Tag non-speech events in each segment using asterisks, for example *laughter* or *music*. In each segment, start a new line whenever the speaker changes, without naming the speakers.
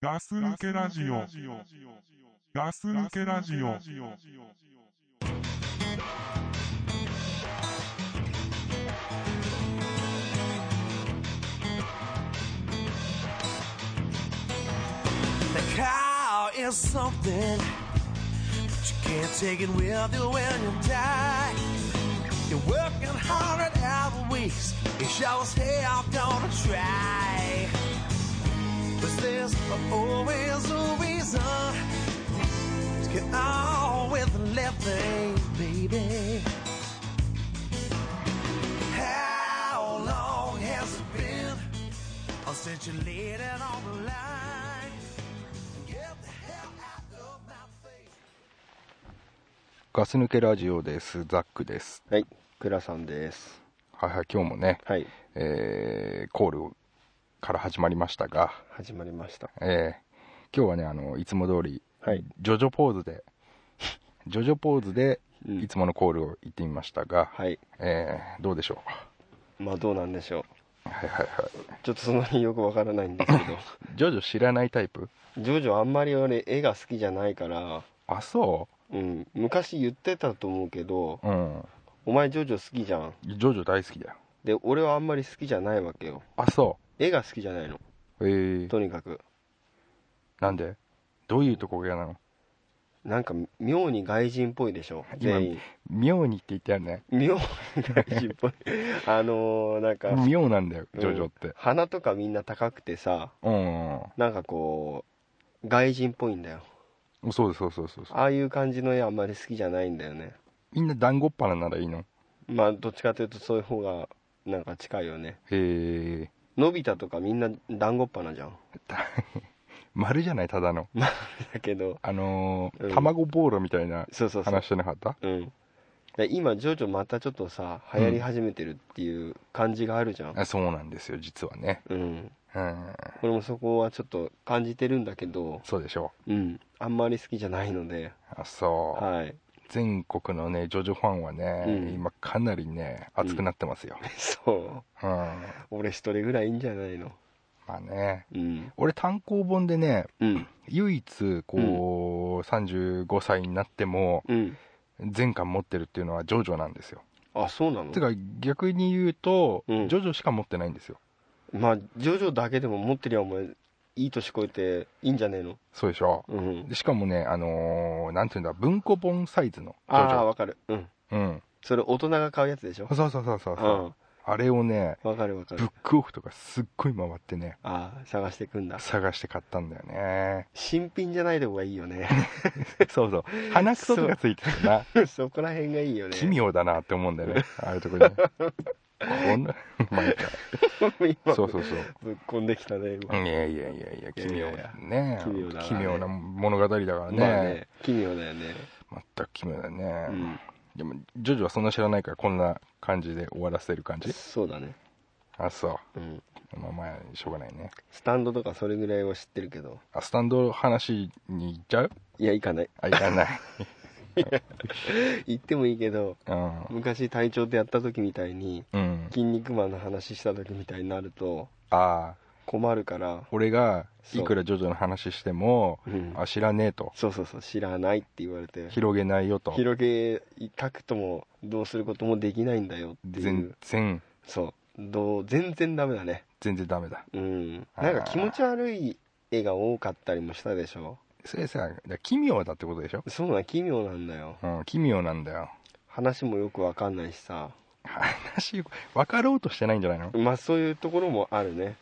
ガス抜けラジオ。ガス抜けラジオ。
The car is something that you can't take it with you when you die. You're working hard at hour weeks. You sure as hell gonna try. But there's always a reason to get on with living, baby. How long has it been since you laid it on the line? Get the hell out of my face.
ガス抜けラジオです、ザックです。
はい、倉さんです。
はいはい、今日もね、
はい、
えーコールから始まりましたが、
始まりました。
えー今日はね、あの、いつも通り、
はい、
ジョジョポーズで、 *laughs* ジョジョポーズで、
うん
いつものコールを言ってみましたが、
はい、
えーどうでしょ
まあどうなんでしょ
う。はいはいは
う。ちょっとそんなによくわからないんですけど、
い。ジョジョ知らないタイプ
*laughs* ジョジョあんまり俺絵が好きじゃないから、
あ、そ
うん、昔言ってたと思うけど、
ううん。
お前ジョジョ好きじゃん。
ジョジョ大好きだよ。
で、俺はあんまり好きじゃないわけよ。
あ、そ
絵が好きじゃないの。
う。えー
とにかく。
なんでどういうとこが嫌なの
なんか妙に外人っぽいでしょ。
今
全員。
妙にって言ってあるね。
妙に外人っぽい。あのー、なんか、
妙なんだよ、
うん
ジョジョって。
鼻とかみんな高くてさ、
うん。
なんかこう、外人っぽいんだよ。
そうですそうそうそうそう
ああいう感じの絵あんまり好きじゃないんだよね
みんな団子っ腹ならいいのへ
まあどっちかというとそういう方がなんか近いよね
え
のび太とかみんな団子っ鼻じゃん *laughs*
丸じゃないただの
だけど
あのー
うん
卵ボーロみたいな
そうそうそう
話してなかった
うんで今ジョジョまたちょっとさ流行り始めてるっていう感じがあるじゃん
あそうなんですよ実はね
うん
うん
これもそこはちょっと感じてるんだけど
そうでしょ
うんあんまり好きじゃないので
うあそう、
はい *laughs*
全国のねジョジョファンはね、
うん
今かなりね熱くなってますよ、
そう
うん
俺一人ぐらいいいんじゃないの
まあね
うん
俺単行本でね
うん
唯一こう、35歳になっても
うん
全巻持ってるっていうのはジョジョなんですよ
あそうなの
てか逆に言うと、
うん
ジョジョしか持ってないんですよ
まあジョジョだけでも持ってりゃお前いい年こえていいんじゃねえの
そうでしょ
うん
でしかもねあのーなんていうんだ文庫本サイズのジ
あ
ョ
あ
ジ
わかるうん
ョうん
それ大人が買うやつでしょ
そうそうそうそうそううん
わ
あれをね
かるわか
ブ
る
ックオフとかすっごい回ってね
ああ探してくんだ
探して買ったんだよね
新品じゃない方がいいよね
そうそう鼻くそとかついてるな
そこら辺がいいよね
奇妙だなって思うんだよねああいうとこにねこんなまあいいか
今
そうそうそう
ぶっこんできたね今、
いやいやいやいや奇妙
いやいや
ね
奇妙だな
奇妙な物語だからね,、
まあね奇妙だよね
全く奇妙だね、
うん
でもジョジョはそんな知らないからこんな感じで終わらせる感じ
そうだね
あそう
うん
まあまあしょうがないね
スタンドとかそれぐらいは知ってるけど
あスタンド話に行っちゃう
いや行かない
あ行かない
*laughs* 行ってもいいけど
うん
昔隊長とやった時みたいに
うん
「筋肉マン」の話した時みたいになると
ああ
困るから
俺が
そう
いくらジョジョの話しても、
うん
あ知らねえと
そうそうそう知らないって言われて
広げないよと
広げ書くともどうすることもできないんだよってい
全
う
然
そうどう全然ダメだね
全然ダメだ
うん
あー
なんか気持ち悪い絵が多かったりもしたでしょ
それさだから奇妙だってことでしょ、
そうなん奇妙なんだよ
うん、奇妙なんだよ
話もよくわかんないしさ
話分かろうとしてないんじゃないの
まあそういうところもあるね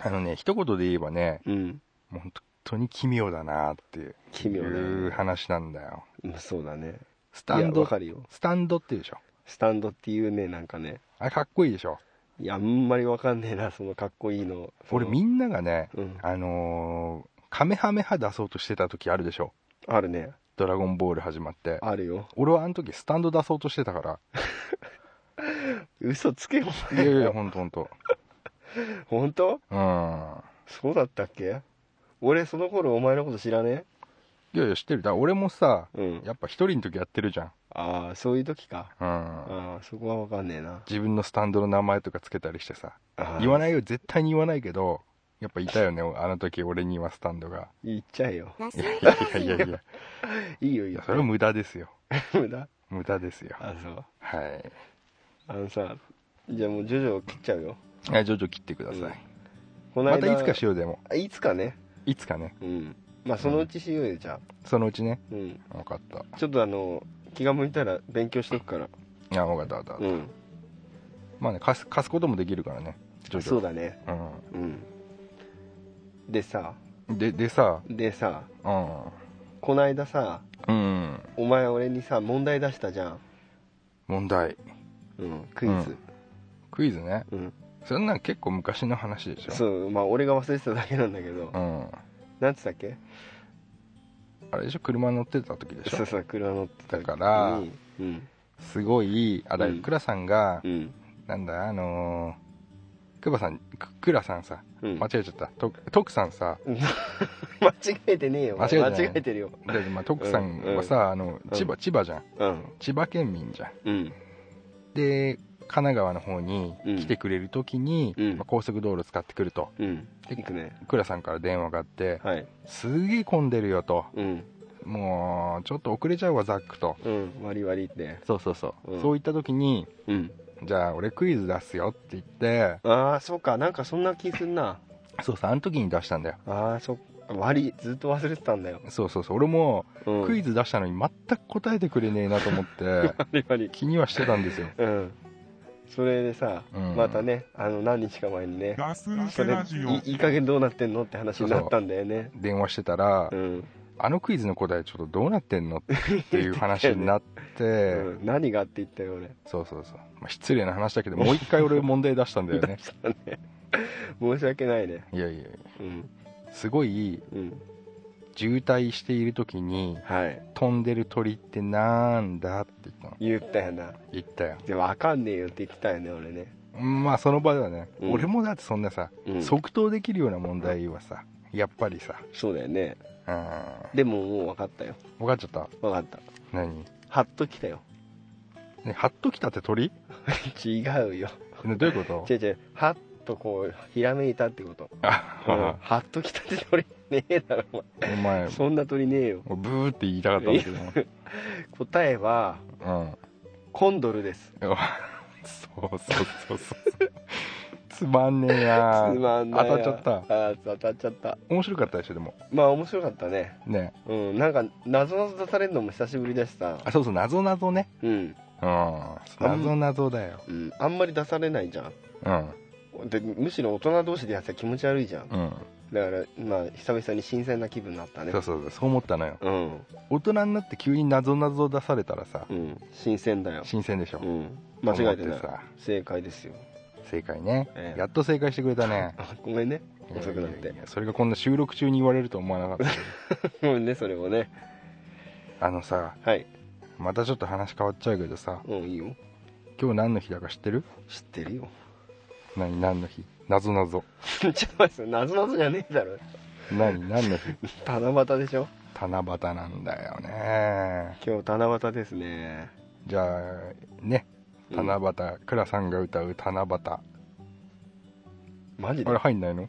あのね一言で言えばね
うん
もう本当に奇妙だなっていう
奇妙だよ
いう
ね
話なんだよ
まあそうだね
ス
い
タ
や
ンド
わかるよ
スタンドっていうでしょ
スタンドっていうねなんかね
あれかっこいいでしょ
いやあんまりわかんねえなそのかっこいいの
俺み
ん
んながね、
うん
あのーカメハメハ出そうとしてた時あるでしょ
あるね
「ドラゴンボール」始まって
あるよ
俺はあの時スタンド出そうとしてたから
嘘つけよお
いや
前
いやほんとほんと
本当
うん
そうだったっけ俺その頃お前のこと知らね
いやいや知ってるだから俺もさ
えうん
やっぱ一人の時やってるじゃん、
ああそういう時か
うん、
ああそこは分かんねえな
自分のスタンドの名前とかつけたりしてさ
ああ
言わないよ絶対に言わないけどやっぱいたよね、あの時俺にはスタンドが。
言っちゃえよ。
ラス
い
ベ
やい
ガス
やい
よ
やいや、
いいよいい
い
よ
や。それは無駄ですよ。
無駄
無駄ですよ。
あ、そう。
はい。
あのさ、じゃあもう徐々切っちゃうよ。
はい、徐々切ってください。
うんこの
また
間
いつかしようでも。
あいつかね。
いつかね。
うん。まあそのうちしようよ、じゃあ。
そのうちね。
うん。
分かった。
ちょっとあの、気が向いたら勉強しとくから。
いや、分かった分かった。
うん。
まあね、貸す貸すこともできるからね。徐々
そうだね。
だ。
うん。でさ、
うん。で、でさ、
でさ、
うん。
こないださ、
うん。
お前俺にさ、問題出したじゃん。
問題。
うん。クイズ。
クイズね。
うん。
そんなん結構昔の話でしょ。
そう、まあ俺が忘れてただけなんだけ
う
ど。
ん。
なんつったっけ
あれでしょ、車乗ってた時でし
そう
ょ。
そう、車乗ってた時に
だから
うん。
すごい、あだ
うん
倉さんが
う、ん。
なんだ、あのー、クバさん、ククラさんさ、
うん
間違えちゃった。トクトクさんさ、
*laughs* 間違えてねえよ
間違えてない
間違えてるよ
だってまあトクさんはさ、あの、千葉、千葉じゃん。
うん
千葉県民じゃん。
うん
で、神奈川の方に来てくれるときに、
うん
まあ高速道路使ってくると、
うん
で
行くね
倉さんから電話があって、
はい
すげえ混んでるよと、
うん
もう、ちょっと遅れちゃうわ、ザックと。
うん割り割りって
そうそうそう。
うん
そういったときに、
うん
じゃあ俺クイズ出すよって言って、
ああそうかなんかそんな気すんな
そうそう、あの時に出したんだよ。
ああそっ割りずっと忘れてたんだよ、
そうそうそう、俺も
うん、
クイズ出したのに全く答えてくれねえなと思 *laughs* って、
割り割り
気にはしてたんですよ。
うんそれでさ、
うん
またねあの何日か前にね
ガス抜
そ
け
れ
ラジ
いいい加減どうなってんのって話になったんだよね
電話してたら、
うん、
あのクイズの答えちょっとどうなってんのっていう話になって、
うん、何がって言ったよ俺
そうそうそう、まあ、失礼な話だけどもう一回俺問題 *laughs* 出したんだよね
申し訳ないね
いやいや
うん
すごい
うん
渋滞している時に
はい
飛んでる鳥ってなんだって言ったの
言ったよな
言ったよ
でわかんねえよって言ってたよね俺ね
まあその場ではね、
うん
俺もだってそんなさ、
うん
即答できるような問題はさやっぱりさ
そうだよね
うん
でももう分かったよ
分かっちゃった
分かった
何
ハッときたよ *laughs*
ねハッときたって鳥
違うよ
ねどういう
*laughs*
こと
違う違うハッとこうひらめいたってこと、うん *laughs*
あ、
ハッときたって鳥ねえだろお
お前
前そんな鳥ねえよ
ブーって言いたかったんだけどね
答えは
うん *laughs*
コンドルです
うわそうそうそうそうつまんねえな
つまんない
当たっちゃった
たあー当たっちゃった
面白かったでしょでも
まあ面白かったね
ね
うんなんか謎々出されるのも久しぶりだしさ
あそうそう謎謎ね
うん、
うん謎謎だよ
うん、あんまり出されないじゃ
うん
んでむしろ大人同士でやってたら気持ち悪いじゃん
うん
だからまあ久々に新鮮な気分になったね
そうそうそうそう思ったのよ
うん
大人になって急に謎謎出されたらさ
うん新鮮だよ、
新鮮でしょ
うん、間違えて
思
ない
ってさ
正解ですよ
正解ね
ええ
やっと正解してくれたね
あ *laughs* ごめんね遅くなっ
いや
て
いやいやそれがこんな収録中に言われると思わなかったけ
ごめんねそれもね *laughs*
どあのさ
はい
またちょっと話変わっちゃうけどさ
うんいいよ
今日何の日だか知ってる
知ってるよ *laughs*
何何の日謎謎
ちょっと待ってなぞなぞじゃねえだろ
何何の日
*laughs* 七夕でしょ
七夕なんだよね
今日七夕ですね
じゃあね
うん
七夕倉、さんが歌う七夕
*laughs* マジで
あれ入んない
*laughs*
の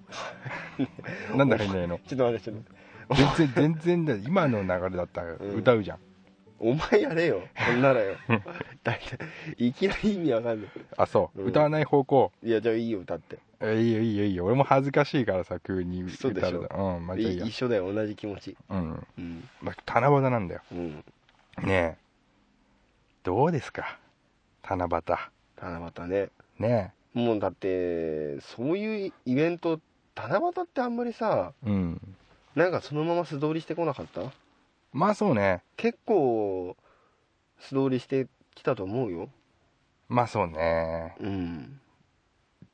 なんで入んないの
ちょっと待ってちょっと
全然全然だよ今の流れだったら
うん
歌うじゃん、
お前やれよこんならよ *laughs* だいたいいきなり意味わかんない
あそう、
うん
歌わない方向
いやじゃあいいよ歌って
えいいよいいよいいよ俺も恥ずかしいからさ急に歌
嘘
う
でしょ
のうんまあ、
い
じゃあいいや
一緒だよ同じ気持ち
うん
うん
まあ七夕なんだよ
うん
ねえどうですか七
七夕ね
夕ね
もうだってそういうイベント七夕ってあんまりさ
えうん
なんかそのまま素通りしてこなかった
まあそうね
結構素通りしてきたと思うよ
まあそうね
うん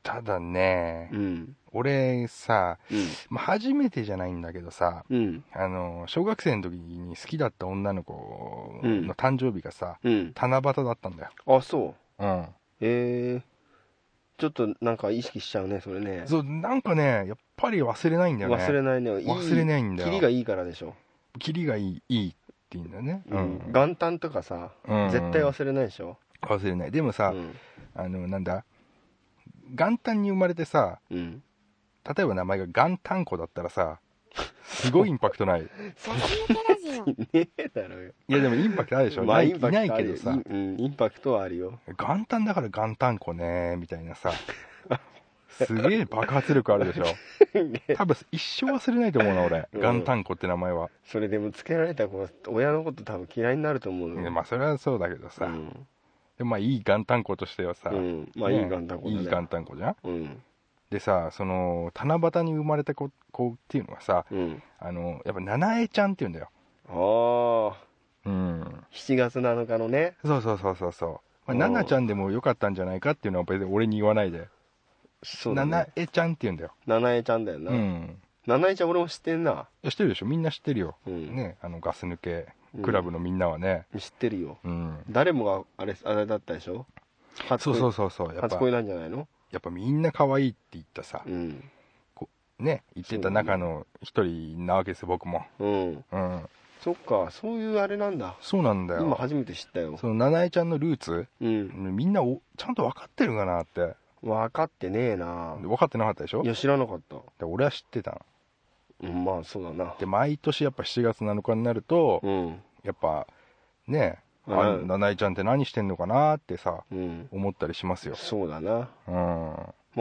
ただね、
うん
俺さ、
うん
まあ、初めてじゃないんだけどさ
うん
あの小学生の時に好きだった女の子
うん
の誕生日がさ、
うん
七夕だったんだよ
あそう
うん
えー、ちょっとなんか意識しちゃうねそれね
そうなんかねやっぱり忘れないんだよね
忘れないねいい
忘れないんだよ
キリがいいからでしょ、
キリがいいいいって言うんだよね
うん元旦とかさ、
うん
絶対忘れないでしょ
忘れないでも
う
さ、
ん
あのなんだ元旦に生まれてさ
うん
例えば名前が元旦子だったらさ、すごいインパクトない。
ささやかラジオ。
ねえだろう
*laughs* いや、でもインパクトあるでしょ。
よ。
い
まあ、
ない
イ
い
ンパク
ない
トあ
け
るよ
どさ、
うん、インパクトはあるよ。
元旦だから元旦子ね、みたいなさ、すげえ爆発力あるでし *laughs* ょ。多分一生忘れないと思うな、俺。
うん
元旦子って名前は。
それでもつけられた子は親のこと多分嫌いになると思うの
いや
よ。
まあ、それはそうだけど
う
さ、
ん。
でまあ、いい元旦子としてはさ、
うん。まあ、いい
ね
ガンダムだね。
いい元旦子じゃん
うん。
でさその七夕に生まれた子子っていうのはさ
うん。
あのやっぱ七重ちゃんっていうんだよ
ああ、
うん
7月7日のね。
そうそうそうそうそう、まあ、
うん
七ちゃんでもよかったんじゃないかっていうのは別に俺に言わないで、
そうだ
七
ね。
重ちゃんっていうんだよ
七重ちゃんだよな。
うん
七重ちゃん俺も知ってんな。
いや知ってるでしょみんな知ってるよ、
うん
ねあのガス抜けクラブのみんなはね
知ってるよ。
うん、
誰もがあれ、あれだったでしょ初
そう
恋
そうそうそうやっぱ
初恋なんじゃないの
やっぱみんな可愛いって言ったさ、
うん。
ね言ってた中の一人なわけですよ僕も
うん。
うん
そっか、そういうあれなんだ。
そうなんだよ
今初めて知ったよ。
その七重ちゃんのルーツ
うん。
みんなおちゃんと分かってるかなって
分かってねえな
分かってなかったでしょ
いや、知らなかった。
で俺は知ってたの
うん、まあ、そうだな。
で毎年やっぱ7月7日になると
うん。
やっぱねえ
あ
あ七重ちゃんって何してんのかなってさ
うん。
思ったりしますよ
そうだな。
うん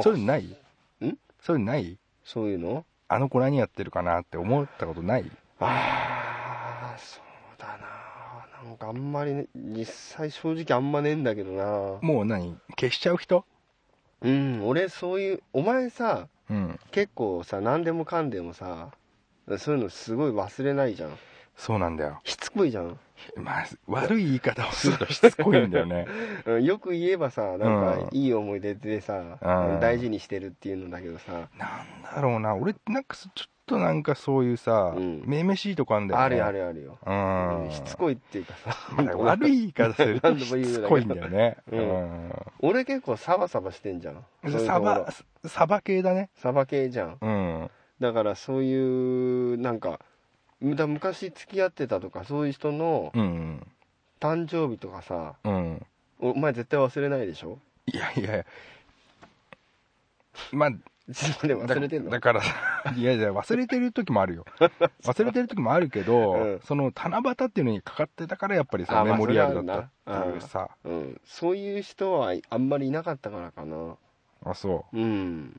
そういうのない
ん
そういうのない
そういうの
あの子何やってるかなって思ったことない
ああ、そうだな。なんかあんまりね、実際正直あんまねえんだけどな。
もう何消しちゃう人
うん、俺そういう、お前さ、
うん
結構さ、何でもかんでもさ、そういうのすごい忘れないじゃん。
そうなんだよ
しつこいじゃん。
まあ悪い言い方をするとしつこいんだよね
うんよく言えばさ、なん
うん
かいい思い出でさ、
うん
大事にしてるっていうのだけどさ、
なんだろうな俺なんかちょっとなんかそういうさ
うん
めめしいとこあんだよね
あるあるあるよ。
う
うん
ん
しつこいっていうかさ、
まあ悪い言い方す
*laughs*
ると
何度も言
し
うよ
つこいんだよね。
う
う
俺結構サバサバしてんじゃん。そういうと
ん。
こ
サ
ろ
バ、サバ系だね。
サバ系じゃん。
うん。
だからそういうなんかむだ昔付き合ってたとかそういう人の
うん。
誕生日とかさ
うん。
おお前絶対忘れないでしょ
いやいやまあ、
自分で忘れてんの
だだから、 *laughs* いやいや、忘れてる時もあ
*laughs*
るよ。忘れてる時もあるけど、
うん
その七夕っていうのにかかってたから、やっぱりさ、
あま
メ
あ
モリアルだった
それはあ
って
る
い
な
うさ、
うん、そういう人はあんまりいなかったからかな
あ、そ
うん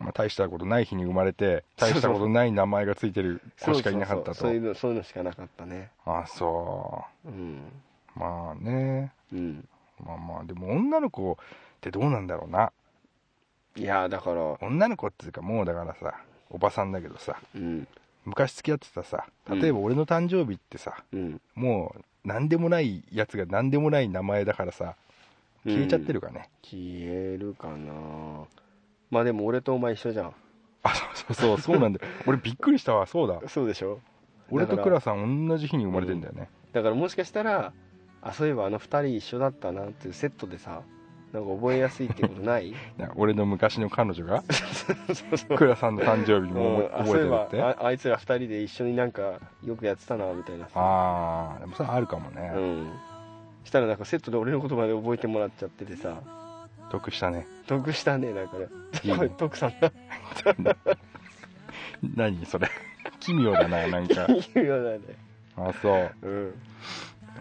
う。まあ、大したことない日に生まれて、大したことない名前がついてる子しかいなかったと。
そうそうそうそういうのそういうのしかなかったね
あ、そ
うん
う。まあね。
うん
まあまあ、でも女の子ってどうなんだろうな。
いやだから
女の子っていうかもうだからさおばさんだけどさ
うん
昔付き合ってたさ例えば俺の誕生日ってさ、
うん
もう何でもないやつが何でもない名前だからさ消えちゃって
る、
るかね、
消えるかなまあでも俺とお前一緒じゃん
あそうそうそうそうなん
*laughs*
だよ俺びっくりしたわそうだ
そうでしょ
俺と
だから
クラさん同じ日に生まれてんだよね、
だからもしかしたらあそういえばあの2人一緒だったなっていうセットでさなんか覚えやすいっていうことない
*laughs* な俺の昔の彼女が
そう *laughs* そう
クラさんの誕生日
う
も
んあ
覚
そういえ
え
ば
てるって
ああいつら2人で一緒になんかよくやってたなみたいなさ
ああでもそれあるかもね、
うんしたらなんかセットで俺のことまで覚えてもらっちゃっててさ
得した
*laughs*
ね
得したねなんかね
いいね
これ *laughs* 得さんだ
何それ *laughs* 奇妙だななん
*laughs*
か
っていうようなね
あそう
うん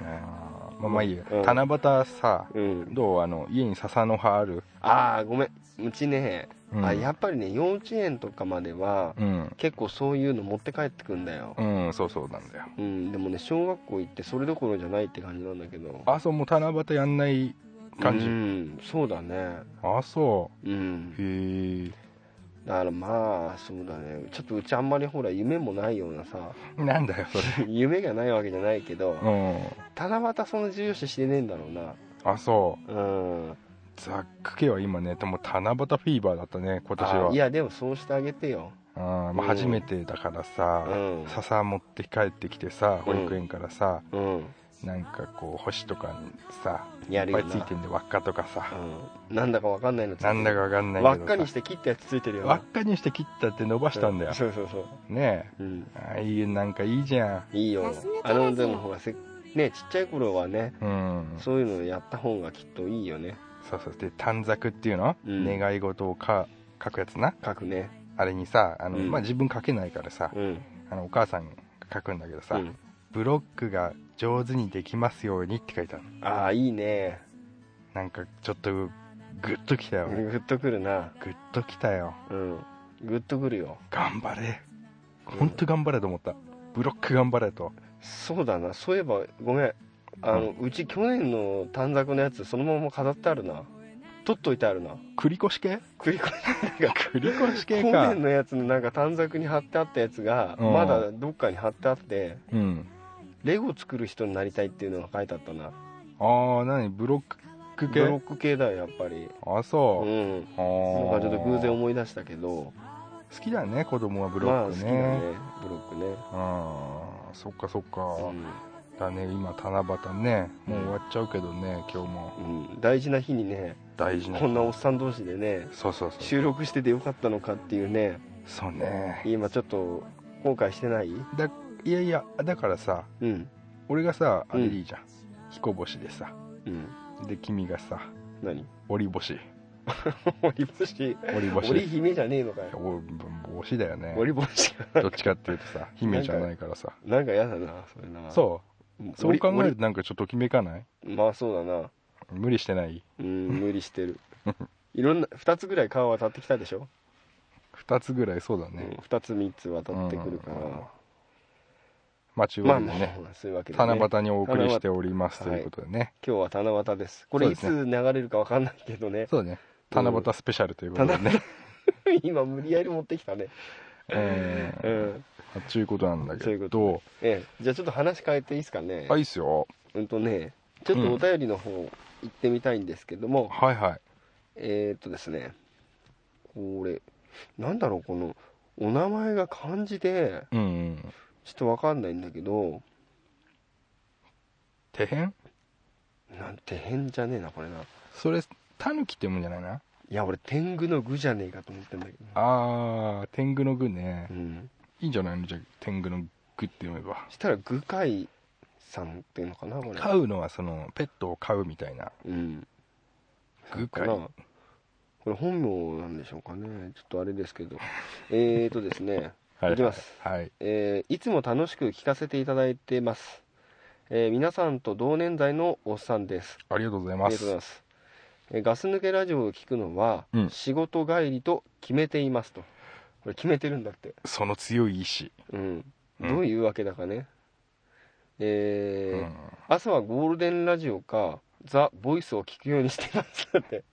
あーまあまあいいよ、
うん
七夕さ
うん
どうあの家に笹の葉ある
ああごめんうちね、
うん
あやっぱりね幼稚園とかまでは、
うん
結構そういうの持って帰ってくんだよ、
うんそうそうなんだよ
うん、でもね小学校行ってそれどころじゃないって感じなんだけど
あそうもう七夕やんない感じ、
うんそうだね
あそ
うん
うへえ
だからまあそうだねちょっとうちあんまりほら夢もないようなさ *laughs*
なんだよそれ
夢がないわけじゃないけど
うん
七夕そんな重要視してねえんだろうな
あそう
うん
ザック家は今ねでも七夕フィーバーだったね今年
あ
はい
やでもそうしてあげてよ
うんまあ、初めてだからさ、
うん
笹持って帰ってきてさ保
うん
育園からさ、
うん
なんかこう星とかにさ
やる
いっ
よ
ぱ
ない
ついてんで輪っかとかさ、
うん、なんだかわかんないのついてる
なんだかわかんないけど
輪
さ
っかにして切ったやつついてるよ
輪っかにして切ったって伸ばしたんだよ
う、そうそうそう
ね
うん
えああいうなんかいいじゃ
いいよ
休めた
あ
ら
のでもほらせねちっちゃい頃はね
んうん
そういうのやった方がきっといいよね
そうそうで短冊っていうの、
うん
願い事をか書くやつな
書くね
あれにさあの、
うん
まあ、自分書けないからさ
うん
あのお母さんが書くんだけどさ、
うん
ブロックが上手にできますようにって書いてあるの
ああいいね
なんかちょっとグッときたよ、
グッとくるな
グッときたよ
うんグッとくるよ
頑張れ本当頑張れと思った、ブロック頑張れと
そうだなそういえばごめんあの、うち去年の短冊のやつそのまま飾ってあるな取っといてあるな
繰り越し系
繰り越しが
繰り越し
去
系 *laughs* か
年のやつのなんか短冊に貼ってあったやつが
うん
まだどっかに貼ってあって
うん
レゴ作る人になりたいっていうのが書いてあったな
ああ何ブロック
ブロ
系
ック系だよやっぱり
あ
う
そう、あ
んな
あ
んかちょっと偶然思い出したけど
好きだよね子供はブロ
ま
ッ
あ好き
ク
だ
ね,、
ねブロックね
あーそっかそっか、
う
だね今七夕ねもう終わっちゃうけどね今日も
ん、うん大事な日にね
大事な
こんなおっさん同士でね
そうそうそう
収録しててよかったのかっていうね
そうね
今ちょっと後悔してない
だいやいやだからさ
うん
俺がさあれでいいじゃん、彦星でさ
うん
で君がさ
何 *laughs*
織星
織星
織星
織姫じゃねえのかよ
お帽子だよね
織星
どっちかっていうとさ姫じゃないからさ
*laughs* なんか嫌だなそれな
そううそう考える
織
となんかちょっとときめかない
織まあそうだな
無理してない *laughs*
うん無理してるいろんな2つぐらい川渡ってきたでしょ、
2つぐらいそうだ
う
ね、
2つ3つ渡ってくるから、
うんまあ中
まあ
央で
まあ、
ね、
そういうわけで、ね、今
七夕にお送りしておりますということでね、
日は七夕ですこれいつ
そうで
流れるかわかんないけどね *laughs*
そうだね七夕スペシャルということでね、
今無理やり持ってきたね
え
う *laughs*
ー
ん
まあということなんだ
そうい
け
うこ
ど
ええじゃあちょっと話変えていいですかね
あいいっすよ
うんとねちょっとお便りの方行ってみたいんですけども、
はいはい
えー、っとですねこれなんだろうこのお名前が漢字で
うん、うん、
ちょっとわかんないんだけど
手編
なんて変じゃねえなこれない
それタヌキって読むんじゃないな
や俺天狗の具じゃねえかと思ってんだけど
あー天狗の具ね
うん
いいんじゃないのじゃあ天狗の具って読めば
そしたら具海さんっていうのかなこれ
飼うのはそのペットを飼うみたいな
うん
具
かな
海
これ本名なんでしょうかねちょっとあれですけどえー、っとですね
はい
いきます
はい
えーいつも楽しく聞かせていただいてます、えー皆さんと同年代のおっさんです
ありがとうござい
あ
ま
りがとうござい
す
ます、えーガス抜けラジオを聞くのは、
うん
仕事帰りと決めていますとこれ決めてるんだって
その強い意志
うん、
うん
どういうわけだかねえー
うん
朝はゴールデンラジオかザ・ボイスを聞くようにしてますだって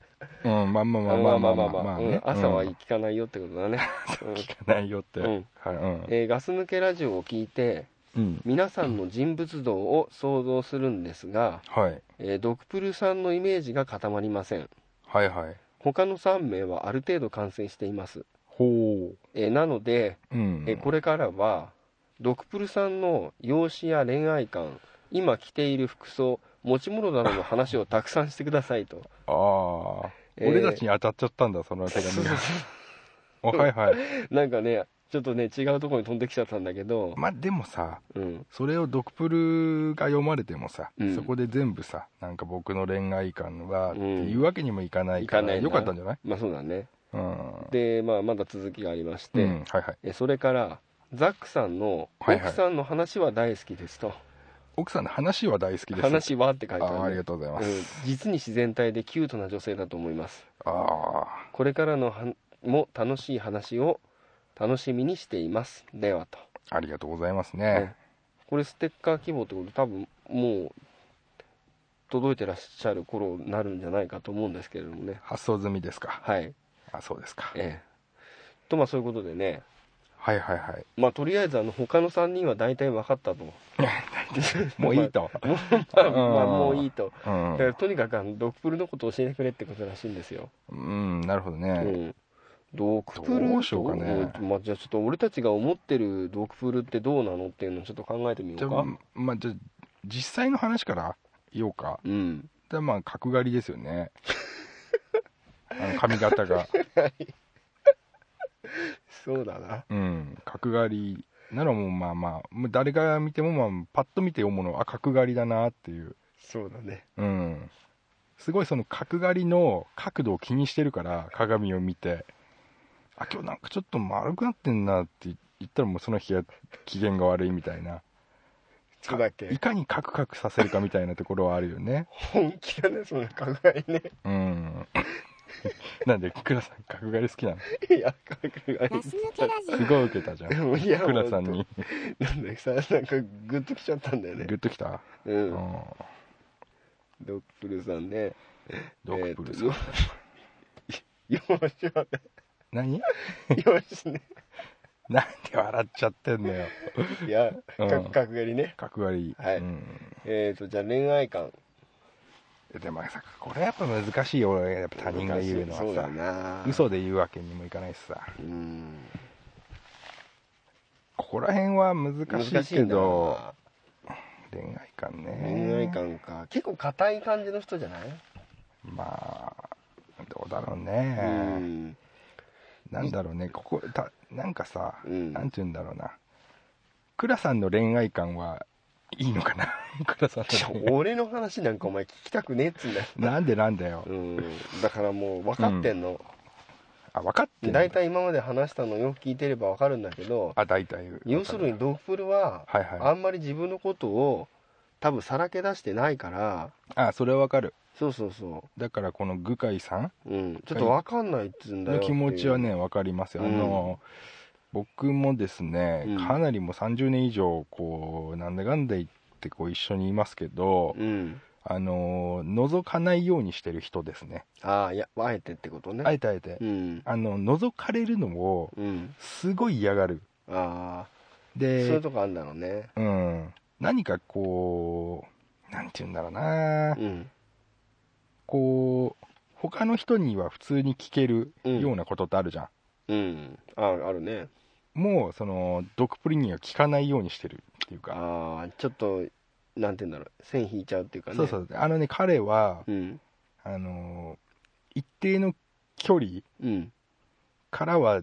うんまあまあまあまあまあまあまあ
うん
ね
朝は
うん
聞かないよってこと
*laughs*
だね、うん
聞かないよって
う
はい
ん
うん
えーガス抜けラジオを聞いて
うん
皆さんの人物像を想像するんですが、
はい
えードクプルさんのイメージが固まりません
はいはい
他の3名はある程度感染しています、
ほ
えーなので、
ううん
えーこれからはドクプルさんの容姿や恋愛観今着ている服装持ち物などの話をたくさんしてくださいと *laughs*
ああ
えー
俺たちに当たっちゃったんだその手紙があ *laughs* はいはい
なんかねちょっとね違うところに飛んできちゃったんだけど、
まあでもさ
うん、
それをドクプルが読まれてもさ、
うん
そこで全部さなんか僕の恋愛観はっていうわけにもいかないか、
いからないな
よかったんじゃない
まあそうだね
うん
で、まあ、まだ続きがありまして、
うん、はいはい
えそれからザックさんの
はいはい
奥さんの話は大好きですと、
奥さんの話は大好きです
話はって書いてあ
ああり
るね、
がとうございます、
うん実に自然体でキュートな女性だと思います
あ
これからのはも楽しい話を楽しみにしていますではと
あありがとうございます
ね
ね
これステッカー希望ってこと多分もう届いてらっしゃる頃になるんじゃないかと思うんですけれどもね
発送済みですか
はい
あそうですか
ええとまあそういうことでね
はいはいはい
まあとりあえずあの他の3人は大体分かった
*laughs*
と
もういいと、
*laughs* まあまあもういいと
う
だ
ん
からとにかくあのドクプルのことを教えてくれってことらしいんですよ。
うん、なるほどね、
うん、ドクプル
どうしようかね
どうまあ、じゃあちょっと俺たちが思ってるドクプルってどうなのっていうのをちょっと考えてみよ
じゃ
う
あ
か。
まあじゃあ実際の話から言おうか
うん、
でまあ角刈りですよね *laughs* あの髪型が
そうだな。
うん角刈りならもうまあまあもう誰が見てもまあパッと見て思うのはあ角刈りだなっていう
そうだね。
うんすごいその角刈りの角度を気にしてるから鏡を見てあ、今日なんかちょっと丸くなってんなって言ったらもうその日が機嫌が悪いみたいな。
そうだっけ
いかにカクカクさせるかみたいなところはあるよね。
本気だねその角刈りね
うん。 *laughs* なんで、クラさん、角刈り好きなの
いや角刈
ガス抜けラジ
すごい受けたじゃん。
*laughs* りいや
クラさん
ほ
に
となんだっけさなんかグッときちゃったんだよ
グ
ね
ッときた
う
うんん。
ドップルさんね
ドップルさん
えーとよしは
何 *laughs*
ねよしね
なんで笑っちゃってんのよ。
いや
うん
角角刈りね
角刈り。
はい
うん
えっとじゃあ恋愛観
でもさこれやっぱ難しいよ俺やっぱ他人が言うの
そう
はさ
だな
嘘で言うわけにもいかないしさ
うん
ここら辺は難しいけ
んだ
ど
な
恋愛観ね
恋愛観か結構硬い感じの人じゃない
まあどうだろう
う
ね
ん
なんだろうねここたなんかさ、
うん
なんて言うんだろうな倉さんの恋愛観はいいのかな *laughs* 倉さんの恋愛
俺の話なんかお前聞きたくねえっつうんだよ
なんでなんだよ、
うんだからもう分かってんの
あ分かってんだ
大体今まで話したのよく聞いてれば分かるんだけど
あ大体
要するにドップルは
はいはい
あんまり自分のことを多分さらけ出してないから
あそれは分かる
そうそうそ
だからこの具海さん
う、うん、ちょっと分かんないっつうんだよ
の
ってい
気
う
持ちはね分かりますよ、あの僕もですね、
うん
かなりもう30年以上こうなんだかんだ言ってこう一緒にいますけど、
うん
あの覗かないようにしてる人ですね
ああいやあえてってことね
あえてあえて、
うん
あの覗かれるのを
うん
すごい嫌がる
ああ、そうい
で
うとこあるんだろうね
うん何かこうなんて言うんだろうな、
うん
こう他の人には普通に聞けるようなことってあるじゃん、
うんああるね
もうそのドクプリには聞かないようにしてるっていうか
ああちょっとなんて言うんだろう線引いちゃうっていうかね
そうそうあのね彼は
うん
あのー一定の距離
うん
からは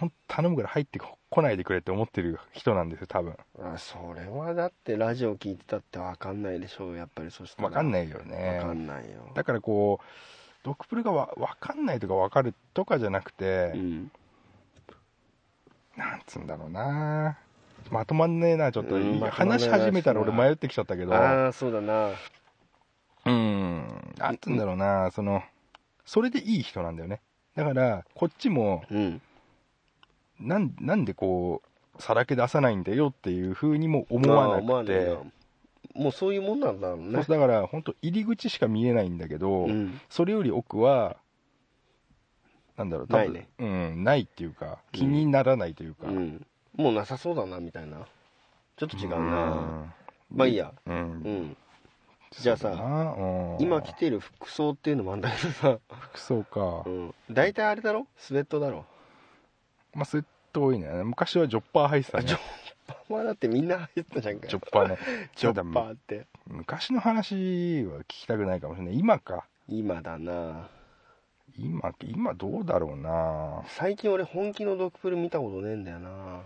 ほん頼むから入ってこ来ないでくれって思ってる人なんですよ多分
あそれはだってラジオ聞いてたって分かんないでしょうやっぱりそしたら
分かん
い
ないよね
分かんないよ
だからこうドクプルがわ分かんないとか分かるとかじゃなくて、
うん
なんつうんだろうなまとまんねえなちょっと、
うんまとまんない
話し始めたら俺迷ってきちゃったけど
ああそうだな
うんなんつうんだろうなそのそれでいい人なんだよねだからこっちも
うん
なんなんでこうさらけ出さないんだよっていうふうにも思わ
ま
な
あ
くて、
思わないなもうそういうもんなんだろう
そう
ね
だから本当入り口しか見えないんだけど、
うん
それより奥はなんだろう多分
ないね
うん、ないっていうか気にならないというか、
うんもうなさそうだなみたいなちょっと違うな
うん
まあいいや
うん、
うんじゃあ
そうだ
さ
なうん
今着てる服装っていうのもあんだけどさ
服装か、
うん大体あれだろスウェットだろ
まあスウェット多いね昔はジョッパー履いてたね
あジョまあだってみんな入ってたじゃんか
ジョッパーね
ジョ
ただ
ッパーって
昔の話は聞きたくないかもしれない今か
今だな
今今どうだろうな
最近俺本気のドクプル見たことねえんだよな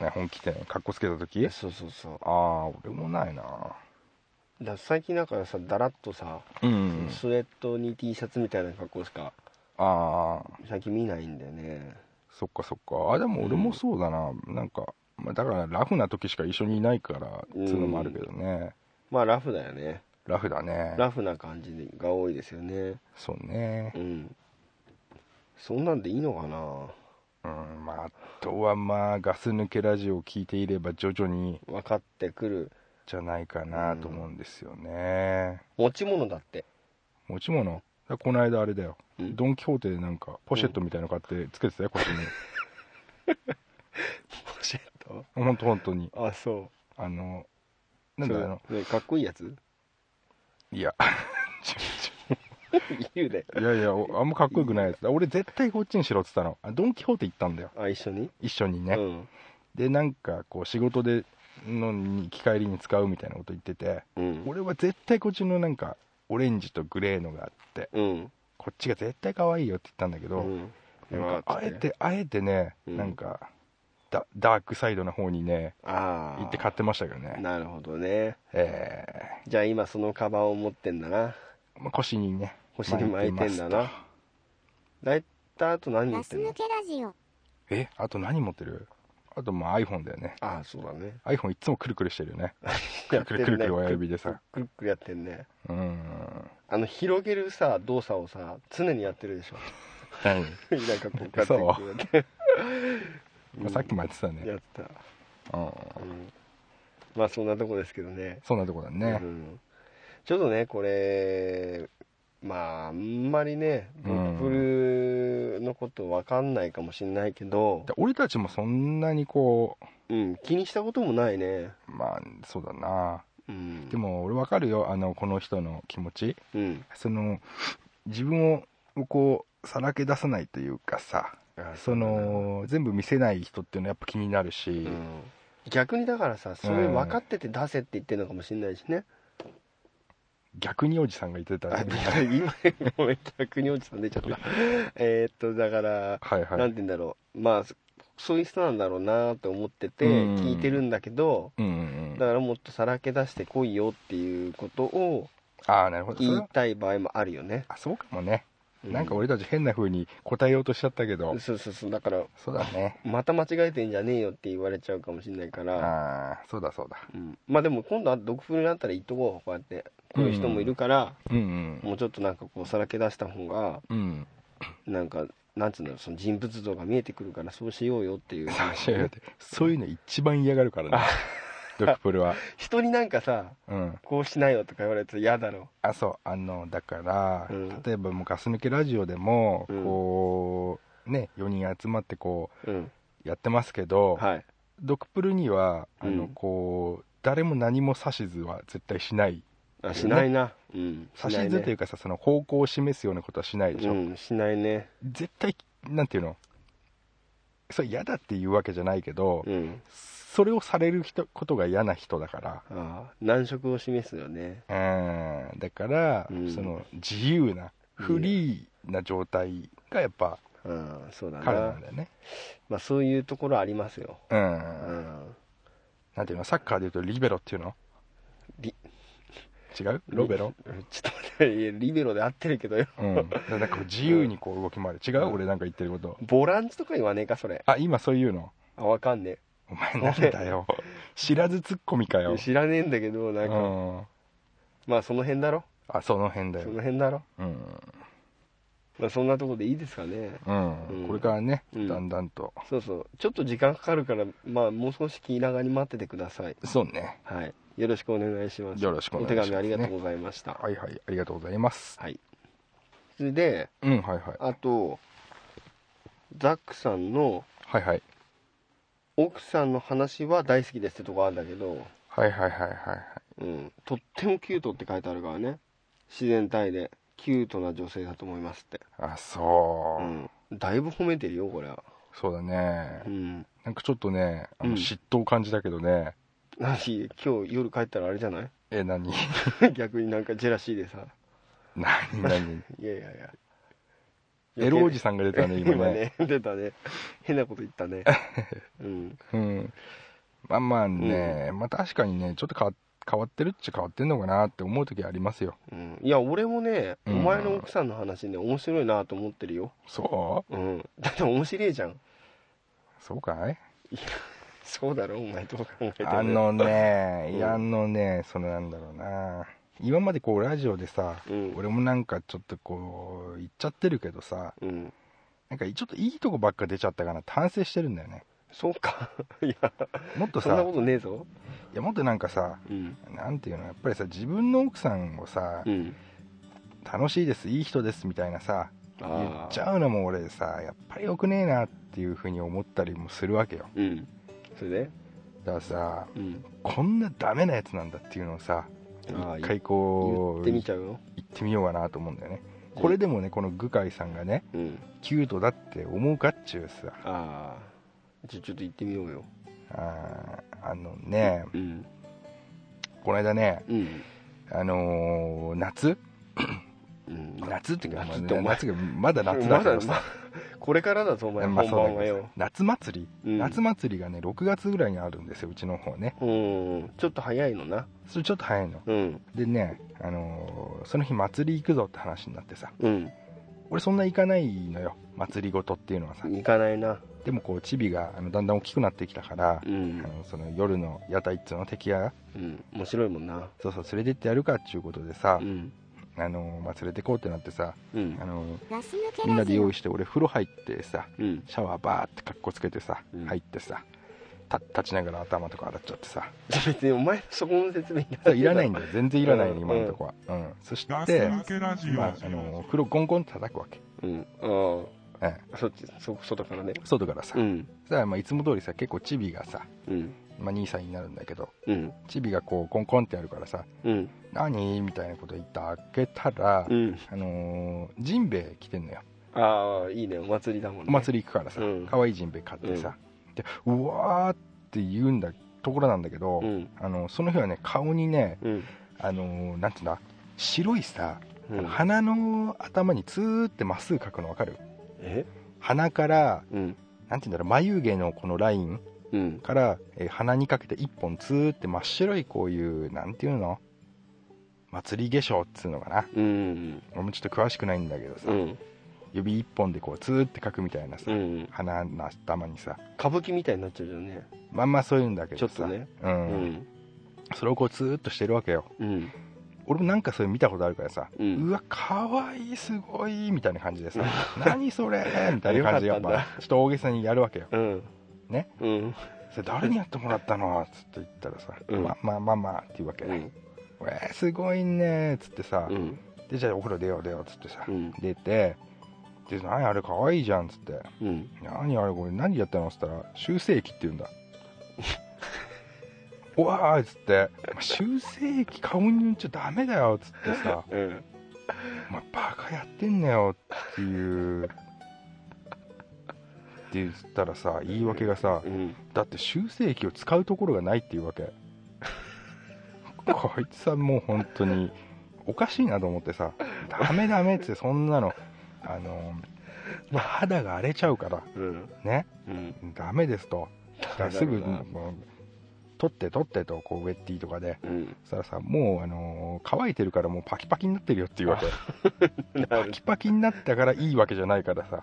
ね本気店かっこつけた時
そうそうそう
ああ俺もないな
だから最近だからさだらっとさ、
うん
スウェットに T シャツみたいな格好しか
ああ
最近見ないんだよね
そっかそっかあでも俺もそうだな、なんかまあだからラフな時しか一緒にいないからつうのもあるけどね、
まあラフだよね
ラフだね
ラフな感じが多いですよね
そうね
うんそんなんでいいのかな
うんまああとはまあガス抜けラジオを聞いていれば徐々に
分かってくる
じゃないかなと思うんですよね、
持ち物
*laughs*
だって
持ち物だこの間あれだよ、
うん
ドン・キホーテでなんかポシェットみたいの買ってつけてたよ腰に、
ポシェット
ほんと本当に
あそ
あの
う
なんだろう
それねかっこいいやつ *laughs*
いや
言うで
いやいやおあんまかっこよくないやつだ俺絶対こっちにしろって言ったのあドン・キホーテ行ったんだよ
あ一緒に
一緒にね、
うん
でなんかこう仕事でのに行き帰りに使うみたいなこと言ってて
うん
俺は絶対こっちのなんかオレンジとグレーのがあって
うん
こっちが絶対可愛いよって言ったんだけ
う
ど、
ん
なんかあえてあえてね、
うん
なんかダダークサイドの方にね
ああ
行って買ってましたけどね
なるほどね
え
じゃあ今そのカバンを持ってんだな
ーまあ、腰にね
腰に巻いてんだな
ますと
ライターと何
オ
持
ガ
っ
ス
てん
抜
の
けラジオ
えあと何持ってるあとまあ iPhone だよね
ああそうだね
iPhone いっつもくるくるしてるよね
やって
くるくるくるくる親指でさ
くるくるやってんね
うーん
あの広げるさ動作をさ常にやってるでしょ *laughs*
何、
なんかこうやってこうやって
まあさっきもやってたね
やった、
うん
うん、まあそんなとこですけどね
そんなとこだね
うん、ちょっとねこれまああんまりねド
うん
ップルのことわかんないかもしれないけど、
で俺たちもそんなにこ
うん、気にしたこともないね、
うまあそうだな
うん、
でも俺わかるよあのこの人の気持ち
うん
その自分をこうさらけ出さないというかさ
あ
その全部見せない人っていうのはやっぱ気になるし、
うん逆にだからさそれ分かってて出せって言ってるのかもしれないしね、
逆におじさんが言ってた
あ
ね
今ごめん逆におじさん出ち
*laughs*
ゃったえーっとだから
はいはい
なんて言うんだろうまあそそういう人なんだろうなと思ってて
うん
聞いてるんだけど、
うんうんうん
だからもっとさらけ出してこいよっていうことを
ああなるほどそ
言
れ
い
は
たい場合もあるよね、
あそうかもね、
う
なんか俺たち変な風に答えようとしちゃったけど、
そうそうそうだから
そうだね
また間違えてんじゃねえよって言われちゃうかもしれないから、
ああそうだそうだ
うん、まあでも今度は毒風になったら言っとこうこうやってこういう人もいるから、
うん
もうちょっとなんかこうさらけ出した方が
うんうん
なんかなんつうんだろうその人物像が見えてくるからそうしよう
*laughs*
よっていう
そうしようよってそういうの一番嫌がるからねドクプルは
人になんかさ
うん
こうしないよとか言われると嫌だろ
あそうあのだから、
うん
例えばもうガス抜けラジオでも、
うん
こうね4人集まってこ
うん
うやってますけど、
はい
ドクプルにはあの、
うん
こう誰も何も指図は絶対しない
あしないな、うんしな
指
い
図とい
ね
うかさその方向を示すようなことはしないでしょ、
うんしないね
絶対なんていうのそれ嫌だっていうわけじゃないけど、
うん
それをされる人ことが嫌な人だから
ああ難色を示すよね
うんだから、
うん
その自由なフリーな状態がやっぱ
ああそうだ
彼な
なん
だよね
まあそういうところありますよ
うん、
うん
なんていうのサッカーでいうとリベロっていうの
リ
違うロベロ
ちょっと待っていやリベロで合ってるけどよ
うんだからなんかこう自由にこう動き回る違う、俺なんか言ってること
ボランチとか言わねえかそれ
あ今そういうの
あわかんね
お前なんだよ知らずツッコミかよ
え知らねえんだけどなん
う
か、
ん
まあその辺だろ
あその辺だ
そ
よ
の辺だろ、
うん、
まあ、そんなとこでいいですかね
うん
うん
これからね
うん
だんだんと、
そうそうちょっと時間かかるからまあもう少し気長に待っててください
そうね
はいよろしくお願いします
よろしくお願いします
お手紙ありがとうございました、
はいはいありがとうございます
はいそれで
うんはいはい
あとザックさんの
はいはい
奥さんの話は大好きですってとこあるんだけど、
はいはいはいはいはい
うん、とってもキュートって書いてあるからね自然体でキュートな女性だと思いますって、
あそうう、
ん、だいぶ褒めてるよこれは
そうだね
うん
なんかちょっとねあ
う
の
ん
嫉妬を感じたけどね、
なし今日夜帰ったらあれじゃない *laughs*
え何
逆になんかジェラシーでさ
何何
いやいやいや
エロおじさんが出た
*laughs*
ね今ね
今ね出たね変なこと
*laughs*
言ったねうん
うんまあまあね、まあ確かにねちょっと変わ変わってるっちゃ変わってんのかなって思う時ありますよ
うん、いや俺もね、
うん
お前の奥さんの話ね面白いなと思ってるよ、
そ
うん、だって面白いじゃん
うそうかい
そうだろお前どう考えても
あのね、
*laughs* うん
いやあのね、そのなんだろうな、今までこうラジオでさ、
うん
俺もなんかちょっとこう、言っちゃってるけどさ、
うん
なんかちょっといいとこばっか出ちゃったから、反省してるんだよね。
そうか *laughs* いや
もっと
そんな
さ、
ことねえぞ
いやもっとなんかさ、
うん
なんていうの、やっぱりさ、自分の奥さんをさ、
うん
楽しいです、いい人ですみたいなさ、言
あー
っちゃうのも俺さ、やっぱり良くねえなっていうふうに思ったりもするわけよ。
うんそれで
だからさ、
うん
こんなダメなやつなんだっていうのをさ、
ああ
一回こう、
言ってみちゃうよ
行ってみようかなと思うんだよねこれでもねこのグカイさんがね
うん
キュートだって思うかっちゅうさ
ああじゃちょっと言ってみようよ
あーあのね
うん
この間ね
うん
あのー夏
うん
夏っていうかまあ
夏ってお前
夏がまだ夏だ
ま
け
だ
ど
ま
さ
これからだぞお前
まあ
本
そうだ
番は
けど
よ
さ夏祭
う
り
ん
夏祭りがね6月ぐらいにあるんですようちの方ね
うんちょっと早いのな
それちょっと早いの
うん
でねあのーその日祭り行くぞって話になってさ
うん
俺そんな行かないのよ祭りごとっていうのはさ
行かないな
でもこうチビがあのだんだん大きくなってきたから
う、ん
あのその夜の屋台っつうの敵や
うん面白いもんな
そうそう連れてってやるかっちゅうことでさ
う、ん
あのまあ、連れてこうってなってさ、
うん
あの
ガス抜け
みん
ラ
な
ジ
で
オ
用意して俺風呂入ってさ
うん
シャワーバーってかっこつけてさ、
うん
入ってさた立ちながら頭とか洗っちゃってさ
別にお前そこの説明いら
そ
な
う
い
いらないん
*laughs*
だよ全然いらない
うん
の今のとこは、うんそし
ガス
て、
抜けラジオ。
まあ、あの風呂ゴンゴンって叩くわけ、
うんあ
うん、
あそっちそ外からね
外からさ、
うん
そしたらまあいつも通りさ結構チビがさ、
うん
まあ、兄さんになるんだけど
うん
チビがこうコンコンってやるからさ
うん
「何?」みたいなこと言って開けたら、
うん
あのージンベエ着てんのよ
ああいいねお祭りだもんね
お祭り行くからさ、
うん
可愛いジンベエ買ってさ、でうわーって言うんだところなんだけど、
うん
あのその日はね顔にね
うん
あのーなんていうんだ白いさ、
うん
鼻の頭にツーってまっすぐ描くの分かる
え
鼻から
うん
なんていうんだろう眉毛のこのライン
うん
から、えー鼻にかけて一本ツーって真っ白いこういうなんていうの祭り化粧っつうのかな
うん
俺もちょっと詳しくないんだけどさ、
うん
指一本でこうツーって描くみたいなさ、
うん
鼻の頭にさ
歌舞伎みたいになっちゃうじゃんね
まあまあそういうんだけ
ちょ
ど
っ
さ
とね
う
うんん
それをこうツーっとしてるわけよ
うん
俺もなんかそれ見たことあるからさ、
う
うんわかわいいすごいみたいな感じでさ *laughs* 何それみたいな感じでやっぱ
よかっ
ちょっと大げさにやるわけよ
うん
ね
うん
それ誰にやってもらったのつって言ったらさ、
うん
まあまあまあまあっていうわけ、
う
うんえーすごいねつってさ、
うん
でじゃあお風呂出よう出ようつってさ、
うん
出てで何あれかわいいじゃんつって
うん
何あれこれ何やったのっつったら修正液って言うんだ *laughs* うわーっつって「修正液顔に塗っちゃダメだよ」っつってさ
うん
お前バカやってんなよっていうって言ったらさ言い訳がさ
うん
だって修正液を使うところがないっていうわけこいつさもう本当におかしいなと思ってさダメダメってそんなのあのまあ肌が荒れちゃうから
うん
ね
うん
ダメですとだからすぐ
ダメだろう
もう取って取ってとこうウェッティとかで
うん
そしたらさもうあの乾いてるからもうパキパキになってるよっていう
*laughs*
わけ
な
パ
る
キパキになったからいいわけじゃないからさ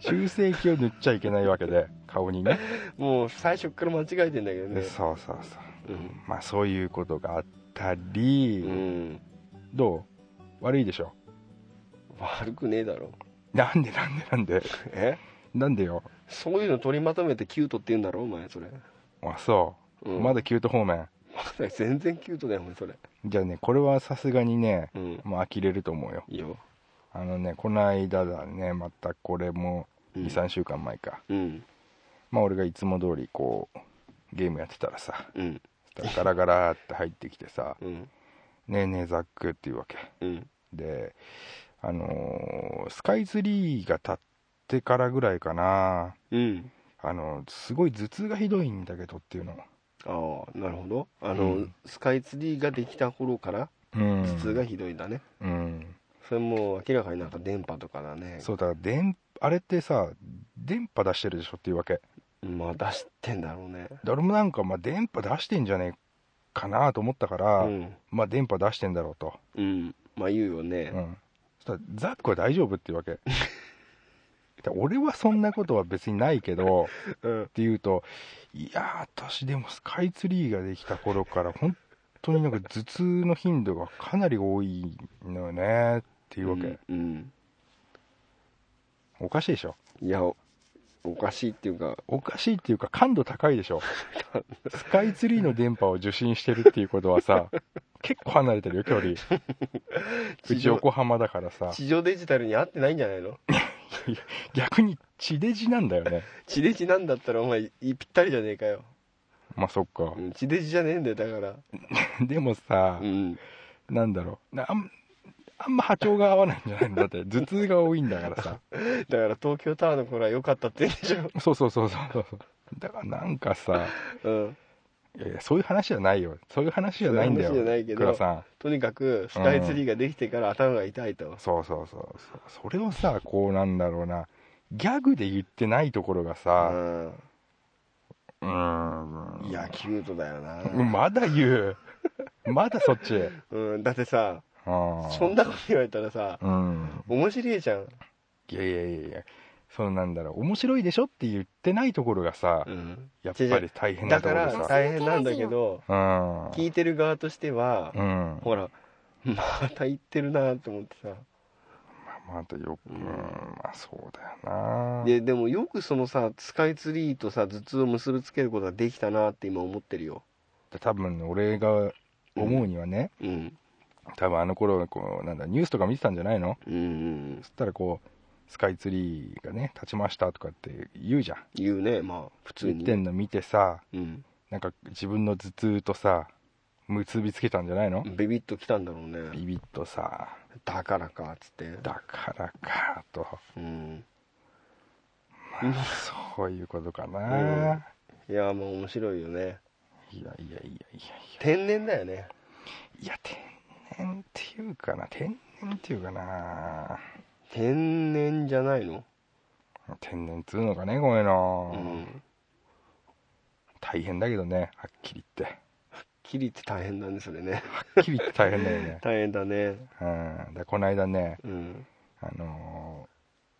修正液を塗っちゃいけないわけで顔にね
もう最初から間違えてんだけど *laughs* ね
そうそうそう
うん
まあそういうことがあったり、
うん
どう悪いでしょ
悪くねえだろ
なんでなんでなんで
え
なんでよ
そういうの取りまとめてキュートって言うんだろお前それ、
あそうう、
ん、
まだキュート方面
まだ *laughs* 全然キュートだよお前それ
じゃあねこれはさすがにね
うん
もう呆れると思うよ
いいよ
あのねこの間だねまたこれも
うん
23週間前か、
うん
まあ俺がいつも通りこうゲームやってたらさ
*laughs* うん
ガラガラって入ってきてさ
うん
「ねえねえザック」っていうわけ
うん
であのースカイツリーが立ってからぐらいかな
うん
あのすごい頭痛がひどいんだけどっていうの
ああなるほどあの、
うん
スカイツリーができた頃から
うん
頭痛がひどいんだね、
うん
それもう明らかになんか電波とかだね
そうだから電あれってさ電波出してるでしょっていうわけ
まあ出してんだろうね
誰もなんかまあ電波出してんじゃねえかなと思ったか
う
ら、
ん
まあ電波出してんだろうと、
うんまあ言うよね
うん、そしたら「ザックは大丈夫」っていうわ
*laughs*
けで俺はそんなことは別にないけど
うん
っていうといやー私でもスカイツリーができた頃から本当になんか頭痛の頻度がかなり多いのよねっていうわけ、
うん、
おかしいでしょ
うんいやおおかしいっ
*laughs*
ていうか
おかしいっていうか感度高いでし
*laughs*
ょスカイツリーの電波を受信してるっていうことは
*laughs*
さ結構離れてるよ距離うち横浜だからさ
地上デジタルに合ってないんじゃないの
逆に地デジなんだよね
地デジなんだったらお前いぴったりじゃねえかよ、
まあそっか
う、ん、地デジじゃねえんだよだから
でもさ、
うん
なんだろうなあんあんま波長が合わないんじゃないのだって頭痛が多いんだから
*laughs*
さ
だから東京タワーの頃は良かったって言うんでし
*laughs*
ょ
そうそうそうそうそうそうだからなんかさ
うん
いやいやそういう話じゃないよそういう話じゃないんだよ
そういう話じゃないけど
倉さん
とにかくスカイツリーができてから頭が痛いと、
そうそうそうそうそれをさこうなんだろうなギャグで言ってないところがさうー
うんんいやキュートだよな、
まだ言うまだそっち
*laughs* うん、だってさ
うああ
そんなこと言われたらさ
うん
面白いじゃん、
いやいやいやいやそのなんだろう面白いでしょって言ってないところがさ、
うん
やっぱり大変な
だ
と
か
ころ
ら
でさ
大変なんだけど
うん
聞いてる側としては、
うん
ほらまた言ってるなと思ってさ
またよく、うん、まあそうだよな
ででもよくそのさスカイツリーとさ頭痛を結びつけることができたなって今思ってるよ
多分俺が思うにはね、
うん
多分あの頃こうなんだニュースとか見てたんじゃないの
うんうん
そしたらこうスカイツリーがね立ちましたとかって言うじゃん
言うねまあ普通
言っ
に
て
ね
んの見てさ
うん
なんか自分の頭痛とさ結びつけたんじゃないの、
ビビッときたんだろうね
ビビッとさ
だからかっつって
だからかと、
うん
まあそういうことかな、
うんいやもう面白いよね
いやいやいやいやいや
天然だよね
いや天然っていうかな天然っていうかな
天然じゃないの
天然っつうのかねこういう
う
の、
ん
大変だけどねはっきり言
*laughs*
って
キリって大変だねそれね
はっきり言って大変だよね
大変だね
うんでこの間ね
うん
あのー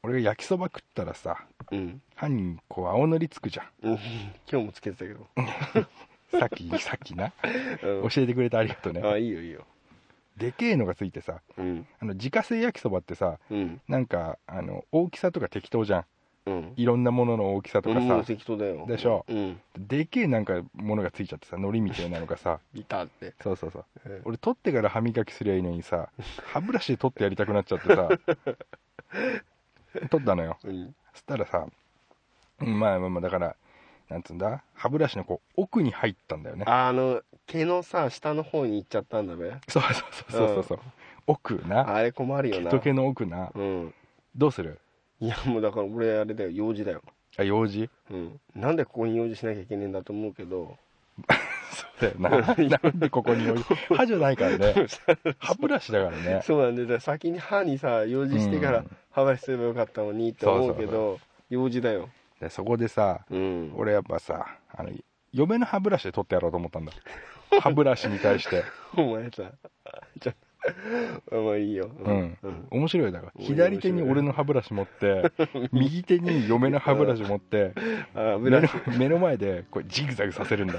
俺が焼きそば食ったらさ
うん
歯にこう青のりつくじゃ
うん *laughs* 今日もつけてたけど
んさっ
*laughs*
きさっきな
うん
教えてくれてありがとうね
あいいよいいよ
でけえのがついてさ
うん
あの自家製焼きそばってさ
うん
なんかあの大きさとか適当じゃん
うん
いろんなものの大きさとか
もう
さ
適当だよ
でしょ
うん
でけえなんかものがついちゃってさ海苔みたいなのがさ
ビタって
そうそうそう
うん
俺取ってから歯磨きすりゃいいのに *laughs* さ歯ブラシで取ってやりたくなっちゃってさ取ったのよ
うん
そしたらさうんまあまあまあだからなんつうんだ歯ブラシのこう奥に入ったんだよね
あの毛のさ下の方に行っちゃったんだべ
そうそうそうそうそうそう奥な
あれ困るよ
毛
な
と毛の奥な
うん
どうする
いやもうだから俺あれだよ用事だよ
あ用事
うんなんでここに用事しなきゃいけねえんだと思うけど
そうだ *laughs* よななんでここに *laughs* 用事歯じゃないからね歯ブラシだからね
そうなんでだから先に歯にさ用事してか
う
ら
ん
歯ブラシすればよかったのにって思うけ
そうそ
ど用事だよ
でそこでさ
うん
俺やっぱさあの嫁の歯ブラシで取ってやろうと思ったんだ歯ブラシに対して
お前さじゃあまあいいよう
うん
うん
面白いだから
面白い
左手に俺の歯ブラシ持って
*laughs*
右手に嫁の歯ブラシ持って
あ
目
ブ
の *laughs*
ラシ
目の前でこうジグザグさせる
*laughs*
んだ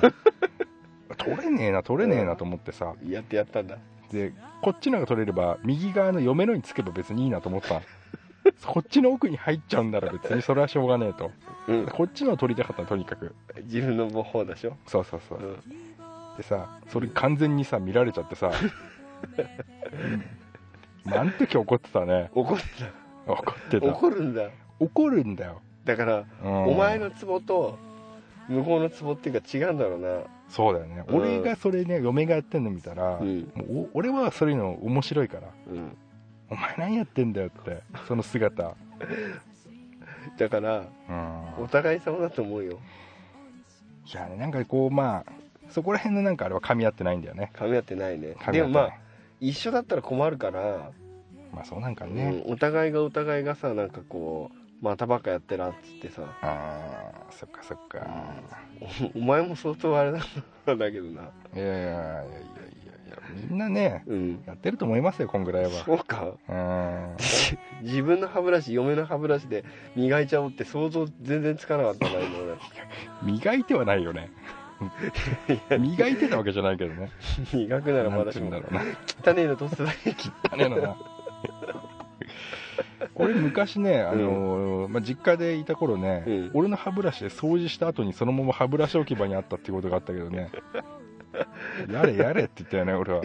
取れねえな取れねえなと思ってさ
やってやったんだ
でこっちのが取れれば右側の嫁のにつけば別にいいなと思ったのこっちの奥に入っちゃうんなら別にそれはしょうがねえと
うん
こっちのを取りたかったのとにかく
自分の方でしょ
そうそうそううんでさそれ完全にさ見られちゃって
*laughs*
さうんなんて時怒ってたね
怒って
怒って
た
た
怒るんだ
怒るんだよ、
だから
うん
お前のツボと向こうのツボっていうか違うんだろうな
そうだよね、
うん
俺がそれね嫁がやってんの見たら、
うん
もうお俺はそういうの面白いから
うん
お前何やってんだよってその姿
だから
うん
お互い様だと思うよ
いやねなんかこうまあそこら辺のなんかあれは噛み合ってないんだよね
噛み合ってないね
噛み
で
合っ
も
て
ま
ない
あ一緒だったら困るから、
まあそうなんかね、
うんお互いがお互いがさなんかこうまたばっかやってらっつってさ
ああそっかそっか、
おお前も相当あれなんだけどない
やいやいやいやいやいやみんなね
うん
やってると思いますよこんぐらいは
そうか *laughs*
うん
自分の歯ブラシ嫁の歯ブラシで磨いちゃおうって想像全然つかなかったな今俺
磨いてはないよ
*laughs*
ね磨いてたわけじゃないけどね
磨くならまだしも
なんて言うんだろうな
汚ねえの取ってただけ
あれやな俺昔ね、あのまあ、実家でいた頃ね、
うん
俺の歯ブラシで掃除した後にそのまま歯ブラシ置き場にあったっていうことがあったけどねやれやれって言ったよね
*laughs*
俺は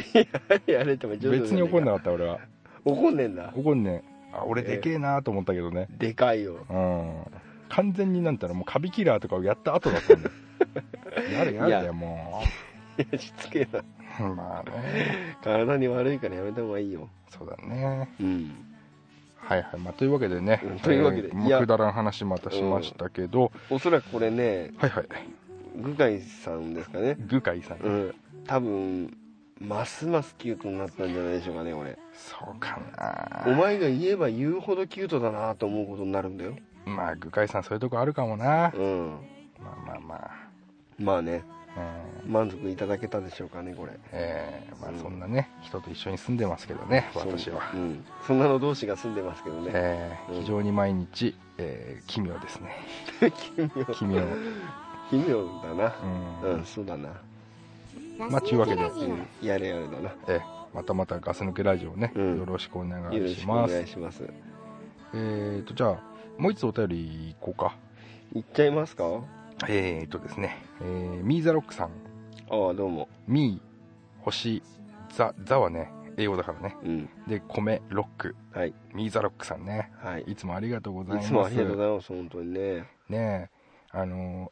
やれても上手
別に怒んな
ない
かった俺は
怒んねえんだ
怒んねえあ俺でけえなと思ったけどね、
でかいよ
うん完全になんたらもうカビキラーとかをやった後だったんだ
*laughs*
よやれやれだ
いや
よも
いやしつけえな
うまあね
体に悪いからやめた方がいいよ
そうだね
うん
はいはい、まあ、というわけでね、
うんというわけで
えーまあ
いや
くだらん話またしましたけど、
おそらくこれね
はいはい
具海さんですかね
グカイさん、
うん多分ますますキュートになったんじゃないでしょうかね俺
そうか
お
な
前が言えば言うほどキュートだなと思うことになるんだよ
まあグカイさんそういうとこあるかもな、
うん
まあまあま
まあね
あうん
満足いただけたでしょうかねこれ
えーまあ、そんなね人と一緒に住んでますけどね私は
そ,、うん、そんなの同士が住んでますけどね、
えー非常に毎日、えー奇妙ですね
*laughs* 奇妙
奇妙、
奇妙だな
うん
うん、そうだな、
まあちゅうわけで
うん、やれやれだな
えーまたまたガス抜けラジオね、
うん
よろしくお願
よろ
い
し
し
くお
ます
願いします
えー、とじゃあもう一つお便りいこうか
いっちゃいますか
えー、とですね、えー、ミーザロックさん
ああどうも
ミー星ザザはね英語だからね
うん
で米ロック
はい
ミーザロックさんね
はいい
いつもありがとうございます
つもありがとうございます本当にね
ねえあの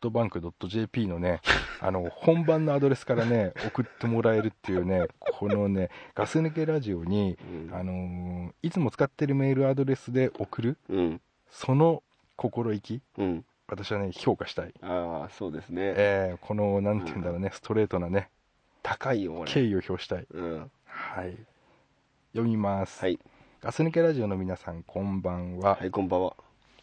i.softbank.jp のねあの本番のアドレスからね *laughs* 送ってもらえるっていうねこのねガス抜けラジオに
うん
あのいつも使ってるメールアドレスで送る
うん
その心意気
うん
私はね評価したい、
ああそうですね
ええこのなんて言うんだろうねストレートなね
高いよこ
敬
れ
意を表したい
うん
はい読みます、
はい
ガス抜けラジオの皆さんこんばんは、
はいこんばんは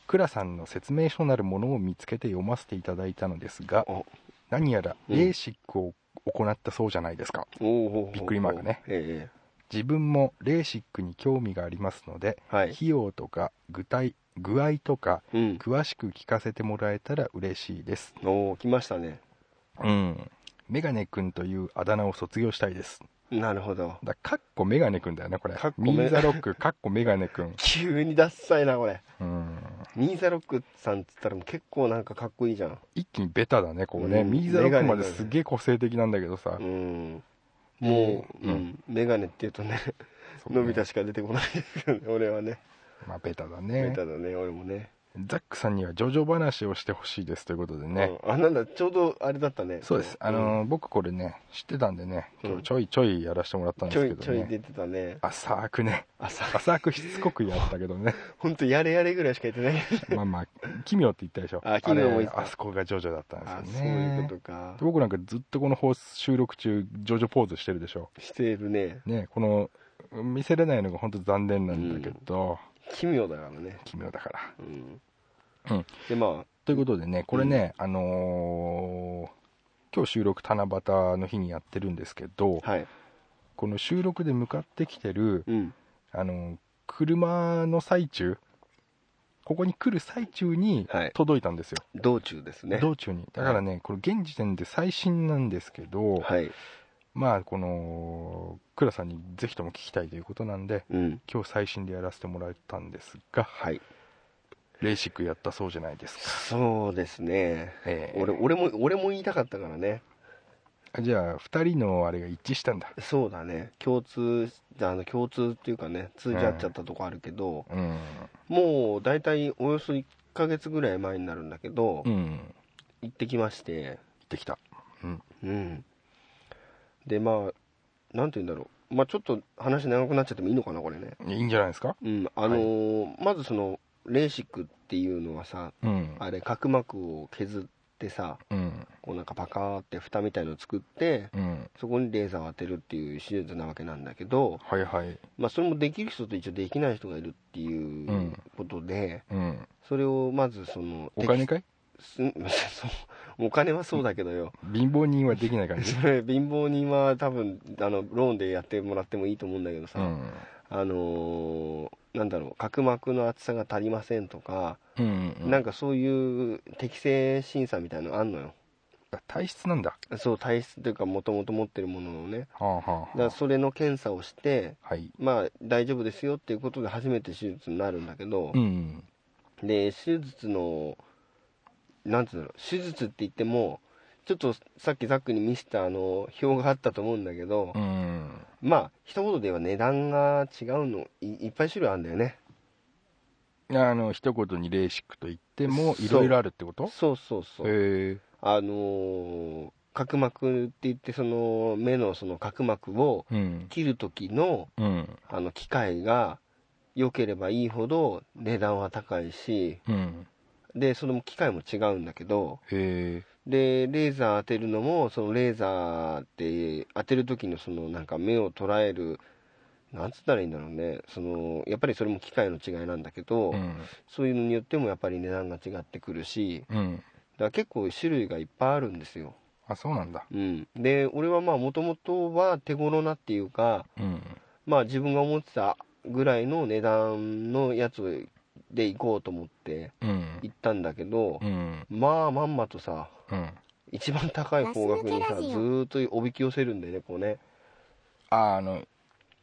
クラさんの説明書なるものを見つけて読ませていただいたのですが
お
何やら
うん
レーシックを行ったそうじゃないですか、
おおほうほうほう
びっくりマークね
え
自分もレーシックに興味がありますので、
えはい
費用とか具体具合とか
うん
詳しく聞かせてもらえたら嬉しいです
おお来ましたね
うんメガネくんというあだ名を卒業したいです
なるほど
だかっこメガネくんだよねこれ
かっこメ
ミーザロッ
*laughs*
クかっこメガネくん
急にダッサいなこれ
うん
ミーザロックさんっつったらもう結構なんかかっこいいじゃん
一気にベタだねこうね、
うん
ミーザロックまですげえ個性的なんだけどさ、
うんも
う
う、
ん
うん、メガネっていうとね
そうね
のび太しか出てこないですよね俺はね
まあベタだ
ベ
ね
タだね俺もね
ザックさんにはジョジョ話をしてほしいですということでね、
うんあなんだちょうどあれだったね
そうです。あのー、僕これね、知ってたんでね、
うん
今日ちょいちょいやらせてもらった
うんん
です
ちょ
け
いちょ
ど
い
ね。
出てたね
浅くね、
朝 *laughs*
浅くしつこくやったけどね。
ほんとやれやれぐらいしか言ってない
まあまあ、奇妙って言ったでしょ。
あ奇妙も言って
あ
た
れあそこがジョジョだった
あ
んです
そ
よ
う
ね。
いうことか
僕なんかずっとこの放送収録中、ジョジョポーズしてるでしょ。
してるね
ね、この、見せれないのが本当残念なんだけど、
奇妙だからね
奇妙だから。
うん、
うん
でま
ということでね、これね、あのー今日収録七夕の日にやってるんですけど、
あはい
この収録で向かってきてる、
うん
あの車の最中ここに来る最中に
はい
届いたんですよ、
道中ですね
道中にだからね、これ現時点で最新なんですけど、
はい
まあこの倉さんにぜひとも聞きたいということなんで
うん
今日最新でやらせてもらったんですが
はい
レーシックやったそうじゃないですか、
そうですね
ええ
俺俺も俺も言いたかったからね
あじゃあ2人のあれが一致したんだ
そうだね共通あの共通っていうかね通じ合っちゃったとこあるけど、
うん
もう大体およそ1ヶ月ぐらい前になるんだけど、
うん
行ってきまして
できたうん
うんでまあなんて言うんだろうまあちょっと話長くなっちゃってもいいのかなこれね
いいんじゃないですか
うんあのーまずそのレーシックっていうのはさ
うん
あれ角膜を削ってさ
うん
こうなんかパカーって蓋みたいのを作って
うん
そこにレーザーを当てるっていう手術なわけなんだけど、
はいはい
まあ、それもできる人と一応できない人がいるっていうんことで、
うん
それをまずその
お金かい
すそうお金はそうだけどよ、
貧乏人はできない感じ
それ貧乏人は多分あのローンでやってもらってもいいと思うんだけどさ、
うん
あのーなんだろう角膜の厚さが足りませんとか、
うんうんうん
なんかそういう適正審査みたいなのあんのよ
あ体質なんだ
そう体質というかもともと持ってるものをね
はあはあは
だ
あ
からそれの検査をして
はい
まあ大丈夫ですよっていうことで初めて手術になるんだけど、
うん
で手術のなんてうんだろう手術って言ってもちょっとさっきザックに見せたあの表があったと思うんだけど
う、ん
まあ一言で言えば値段が違うのいいっぱい種類あるんだよね
あの一言にレーシックと言っても
そう
いろいろあるってこと
そうそうそう、
へえ
あのー角膜って言ってその目のその角膜を
うん
切る時の
うん
あの機械が良ければいいほど値段は高いし
うん
でその機械も違うんだけど
へえ
でレーザー当てるのもそのレーザーって当てる時のそのなんか目を捉えるなんつったらいいんだろうねそのやっぱりそれも機械の違いなんだけど、
うん
そういうのによってもやっぱり値段が違ってくるし
うん
だから結構種類がいっぱいあるんですよ
あそうなんだ
うん、で俺はまあもともとは手頃なっていうか
うん
まあ自分が思ってたぐらいの値段のやつで行こうと思って
うん
行ったんだけど
う、ん
まあまんまとさ
うん
一番高い方角にさずーっとおびき寄せるんだよねこうね
ああの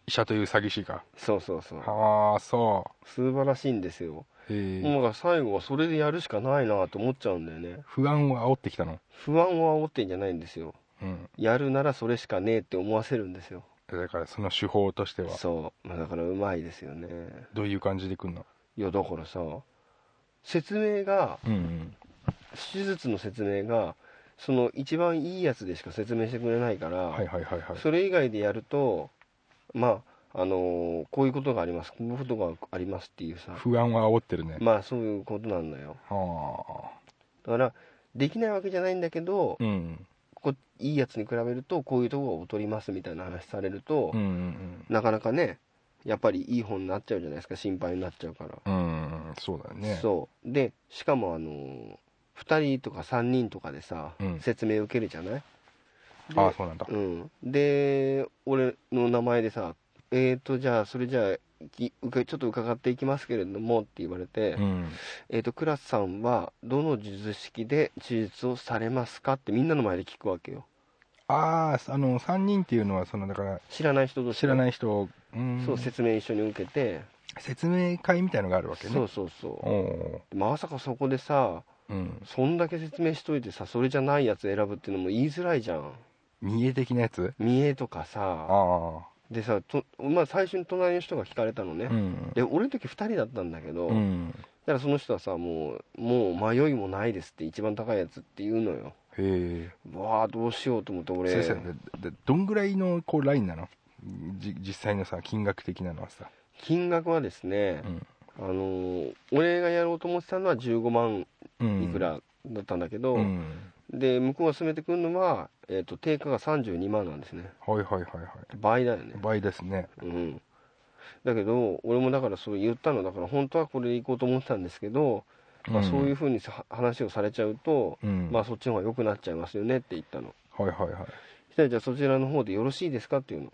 医者という詐欺師が
そうそうそう
ああそ
素晴らしいんですよ
うへえ
もうだから最後はそれでやるしかないなと思っちゃうんだよね
不安を煽ってきたの
不安を煽ってんじゃないんですよ
うん
やるならそれしかねえって思わせるんですよ
だからその手法としては
そうまあだからうまいですよね
どういう感じでくんの
いやだからさ説明が
うん
手術の説明がその一番いいやつでしか説明してくれないから、
うんはいはいはいはい
それ以外でやるとまああのーこういうことがありますこういうことがありますっていうさ
不安を煽ってるね
まあそういうことなんだよ
はあ
だからできないわけじゃないんだけど、
うん
こいいやつに比べるとこういうとこが劣りますみたいな話されると、
うんうん
なかなかねやっぱりいい方になっちゃうじゃないですか心配になっちゃうから、
うんうんそうだよね
そうでしかもあのー2人とか3人とかでさ、
うん
説明受けるじゃない
ああそうなんだ
うん、で俺の名前でさ「えーとじゃあそれじゃあきうかちょっと伺っていきますけれども」って言われて「
うん
えーとクラスさんはどの術式で手術をされますか?」ってみんなの前で聞くわけよ
あああの3人っていうのはそのだから
知らない人と
知ら
い、
ない人をうん
そう説明一緒に受けて、
説明会みたいのがあるわけね
そうそうそ
お
うまさかそこでさ
ーうん
そんだけ説明しといてさそれじゃないやつ選ぶっていうのも言いづらいじゃん
見栄的なやつ
見栄とか
あ
さ
あ
でさと、まあ、最初に隣の人が聞かれたのね、
うん
で俺の時2人だったんだけど、
うん
だからその人はさもうもう迷いもないですって一番高いやつって言うのよ
へえ
わあどうしようと思って俺
先生ででどんぐらいのこうラインなのじ実際のさ金額的なのはさ
金額はですね
う、ん
あのー俺がやろうと思ってたのは15万
うん
いくらだったんだけど、
うん
で向こうが進めてくるのは、えー、と定価が32万なんですね
はいはいはいは
倍だよね
い倍ですね
うんだけど俺もだからそう言ったのだから本当はこれで行こうと思ってたんですけど、まあ、そういうふうにさ話をされちゃうと、
うん
まあそっちの方が良くなっちゃいますよねって言ったの
はいはいはい
そしたらじゃあそちらの方でよろしいですかっていうの
へ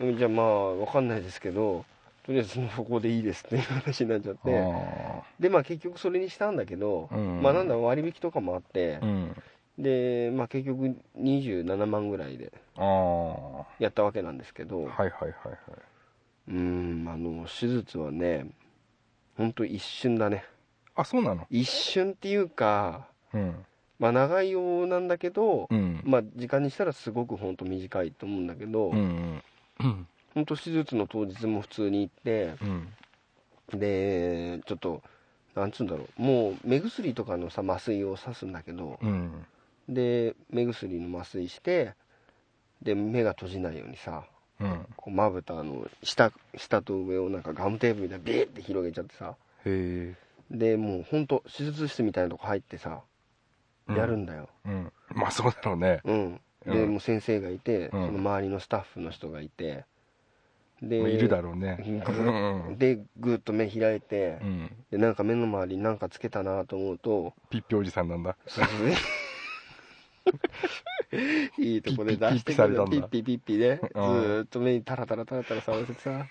え
うんじゃあまあわかんないですけどとりあえずもうここでいいですっていう話になっちゃって
あ
でまあ結局それにしたんだけど、
うん
まあなんだ割引とかもあって
あう、ん
でまあ結局27万ぐらいで
ああは
やったわけなんですけ
い
ど
はいはいはいう
ーんあの手術はねほんと一瞬だね
あそうなの
一瞬っていうか
うん
まあ長いようなんだけど、
うん
まあ時間にしたらすごくほんと短いと思うんだけど、
うんうんうん
ほんと手術の当日も普通に行って
うん
でちょっとなんつうんだろうもう目薬とかのさ麻酔を刺すんだけど
うん
で目薬の麻酔してで目が閉じないようにさ
うん
こうまぶたの下下と上をなんかガムテープみたいにビーって広げちゃってさ
へ
でもうほんと手術室みたいなとこ入ってさ
うん
やるんだよ、
えうんまあそうだろうね
うんで
うん
もう先生がいて、
うん
その周りのスタッフの人がいてで
いるだろうね
う
うん
でぐっと目開いて、
うん
でなんか目の周りになんかつけたなと思うと
ピッピおじさんなんだ
そうねいいとこで出してくるの
ピ
ピ
ッ
ッ
ピ
ピピッピでず
うん
ーっと目にタラタラタラタラ触らせてさ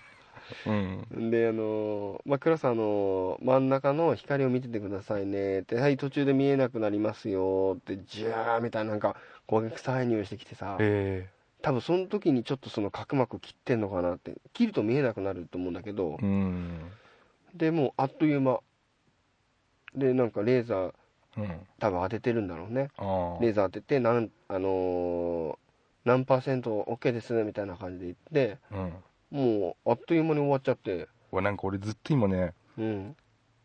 うん
であのーまあクラスあのー真ん中の光を見ててくださいねってはい途中で見えなくなりますよってジャーみたいななんか攻撃介入してきてさ
へ
多分その時にちょっとその角膜切ってんのかなって切ると見えなくなると思うんだけど
えうん
でもうあっという間でなんかレーザー
うん
多分当ててるんだろうね
ああ
レーザー当ててなん、あのー何パーセント OK ですみたいな感じで言って
うん
もうあっという間に終わっちゃって
わなんか俺ずっと今ね
うん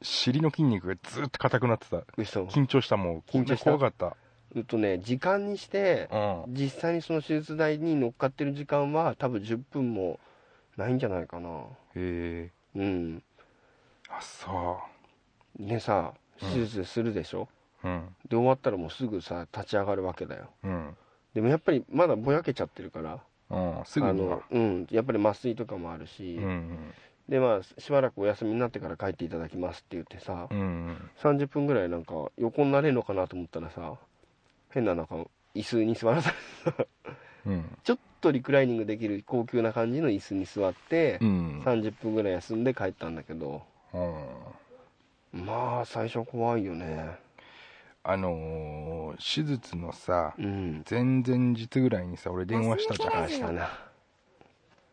尻の筋肉がずっと硬くなってた
嘘
緊張したもう
緊張した
怖かった
えっとね時間にして
うん
実際にその手術台に乗っかってる時間は多分10分もないんじゃないかな
へえ
うん
あそ
でさ
うん
手術するでしょ、
ううん
で終わったらもうすぐさ立ち上がるわけだよ
うん
でもやっぱりまだぼやけちゃってるから
うんすぐ
あ
には
のうんやっぱり麻酔とかもあるし、
うん
でまあしばらくお休みになってから帰っていただきますって言ってさ、
うんうん
30分ぐらいなんか横になれるのかなと思ったらさ変ななんか椅子に座らさ
うん
ちょっとリクライニングできる高級な感じの椅子に座って
う、ん
30分ぐらい休んで帰ったんだけど
うん
まあ最初怖いよね
あのー手術のさ
うん
前々日ぐらいにさ俺電話したじゃ
あ
ん
したな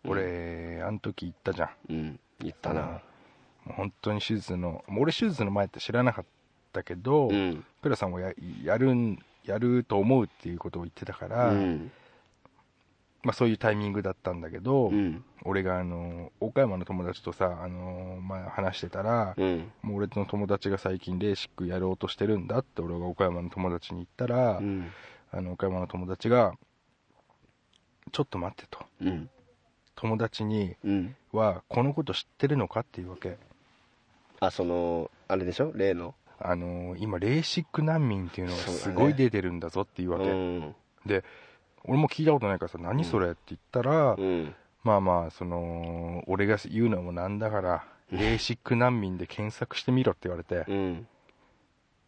俺あの時言ったじゃん
うん言ったな
もう本当に手術のもう俺手術の前って知らなかったけど、
うん
ペラさんもややるんやると思うっていうことを言ってたか
う
ら、
ん
まあ、そういうタイミングだったんだけど、
うん
俺があの岡山の友達とさあの、まあ、話してたら、
うん
もう俺の友達が最近レーシックやろうとしてるんだって俺が岡山の友達に言ったら、
うん
あの岡山の友達が「ちょっと待って」と
うん
友達に
うん
はこのこと知ってるのかっていうわけ
あそのあれでしょ例の
あの今レーシック難民っていうのがすごい出てるんだぞっていう
う
わけ
ん
俺も聞いたことないからさ「何それ?」って言ったら、
うん
まあまあその俺が言うのもなんだからレーシック難民で検索してみろって言われて
うん